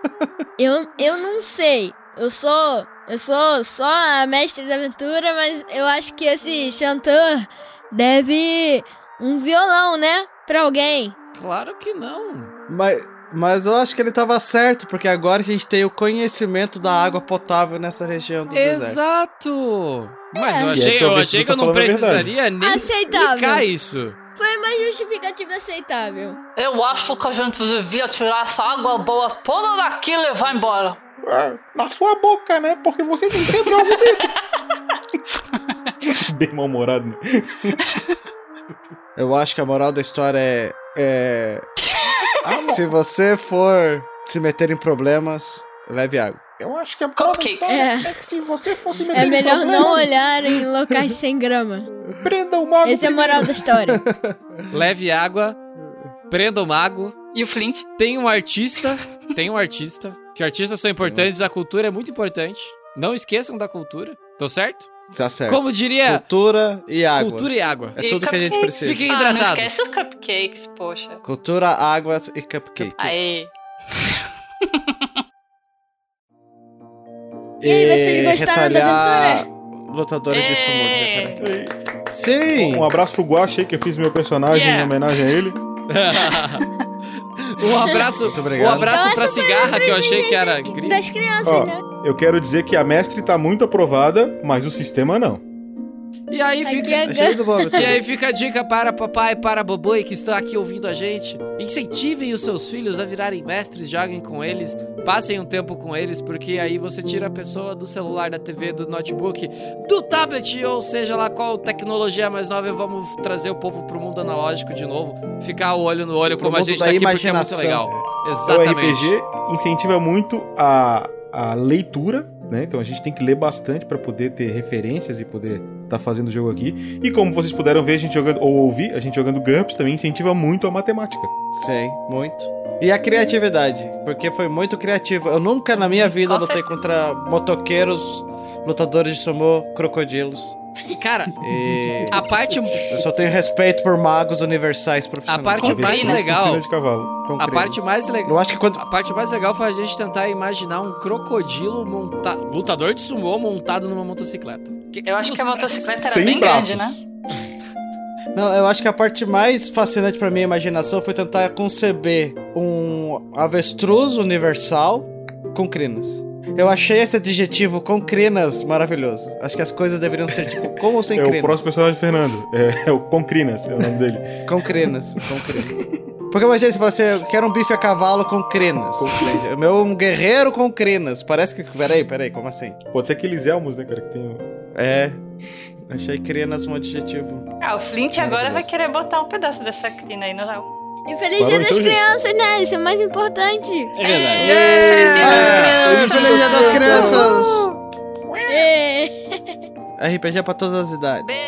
S3: eu, eu não sei. Eu sou. Eu sou só a mestre da aventura, mas eu acho que esse chantor deve um violão, né? Pra alguém.
S5: Claro que não.
S7: Mas, mas eu acho que ele tava certo, porque agora a gente tem o conhecimento da água potável nessa região do deserto.
S5: Exato! Mas eu
S8: É.
S5: achei,
S8: Se é que eu
S5: eu,
S8: vi,
S5: achei
S8: você
S5: que eu
S8: tá
S5: não
S8: falando a
S5: precisaria nem
S3: Aceitável.
S5: explicar isso.
S3: Foi uma justificativa aceitável.
S6: Eu acho que a gente devia tirar essa água boa toda daqui e levar embora.
S4: É, Na sua boca, né? Porque você tem sempre algo dentro.
S8: Bem mal-humorado, né?
S7: Eu acho que a moral da história é. é... se você for se meter em problemas, leve água.
S4: Eu acho que a prova
S6: Cupcakes.
S4: está é. que se você fosse meter
S3: É
S4: em
S3: melhor não
S4: problemas,
S3: olhar em locais sem grama.
S4: Prenda o mago.
S3: Essa é a moral da história.
S5: Leve água, prenda o mago,
S6: E o Flint?
S5: tem um
S8: [LAUGHS]
S5: artista, tem um artista, que artistas são importantes, a cultura é muito importante. Não esqueçam da cultura, tô certo?
S7: Tá certo.
S5: Como diria,
S7: Cultura e água.
S5: cultura e água.
S7: É
S6: E
S7: tudo que a gente
S6: cupcakes.
S7: precisa.
S5: Fiquem
S6: Ah, não
S5: hidratados.
S6: esquece os cupcakes, poxa.
S7: Cultura, águas e cupcake.
S6: Aí.
S7: E,
S3: aí, vocês gostaram da
S7: aventura? Lutadores
S6: É.
S7: de sumo.
S6: Ê.
S7: né, cara? Sim!
S8: Um abraço pro Guache aí, que eu fiz meu personagem
S5: Yeah.
S8: em homenagem a ele.
S5: um abraço,
S7: Muito obrigado.
S5: um abraço
S12: Então,
S5: pra
S12: essa
S5: cigarra que eu achei que era gringa.
S12: Das crianças,
S8: Ó,
S12: né?
S8: eu quero dizer que a mestre tá muito aprovada, mas o sistema não.
S5: E aí
S3: Aqui
S5: fica
S3: é
S7: Achei do Bob.
S5: E aí fica a dica para papai e para babãe que estão aqui ouvindo a gente. Incentivem os seus filhos a virarem mestres, joguem com eles, passem um tempo com eles, porque aí você tira a pessoa do celular, da TV, do notebook, do tablet, ou seja lá qual tecnologia mais nova, e vamos trazer o povo pro mundo analógico de novo, ficar o olho no olho
S7: Pro
S5: como a
S7: mundo
S5: gente
S7: da
S5: tá aqui, porque é muito
S7: imaginação.
S5: legal.
S8: O
S5: Exatamente.
S8: RPG incentiva muito a, a leitura, né? Então a gente tem que ler bastante para poder ter referências e poder estar fazendo o jogo aqui. E como vocês puderam ver a gente jogando ou ouvir, a gente jogando GURPS também incentiva muito a matemática.
S7: Sim, muito. E a criatividade, porque foi muito criativo. Eu nunca na minha vida
S6: Com
S7: lutei contra motoqueiros, lutadores de sumô, crocodilos.
S5: Cara,
S7: E
S5: a parte,
S7: eu só tenho respeito por magos universais profissionais.
S5: A parte
S8: Talvez
S6: mais
S8: com mais
S5: legal-
S8: com pena de cavalo.
S5: a parte mais legal.
S7: Eu acho que quando
S5: A parte mais legal foi a gente tentar imaginar um crocodilo monta... lutador de sumô montado numa motocicleta.
S6: Eu acho que a
S5: Nos
S6: motocicleta era
S8: Sem
S6: bem
S8: braços.
S6: grande, né?
S7: Não, eu acho que a parte mais fascinante pra minha imaginação foi tentar conceber um avestruz universal com crinas. Eu achei esse adjetivo com crinas maravilhoso. Acho que as coisas deveriam ser tipo com ou sem
S8: É o
S7: crinas.
S8: próximo personagem, Fernando. É, é o Concrinas, é o nome dele.
S7: Com crinas, com crinas. Porque imagina, você fala assim, eu quero um bife a cavalo com crinas. O meu é um guerreiro com crinas. Parece que... Peraí, peraí, como assim?
S8: Pode ser aqueles elmos, né, cara, que tem... o-
S7: É... Achei crinas um adjetivo.
S6: Ah, o Flint agora vai
S7: Maravilhoso.
S6: querer botar um pedaço dessa crina aí é? no Léo.
S12: E
S3: é
S12: feliz dia
S8: Barulho,
S12: das
S8: então, gente.
S12: crianças, né? Isso é o mais importante.
S7: É verdade.
S6: Feliz dia das
S7: É,
S6: crianças!
S7: feliz dia das crianças!
S12: É.
S7: RPG é pra todas as idades.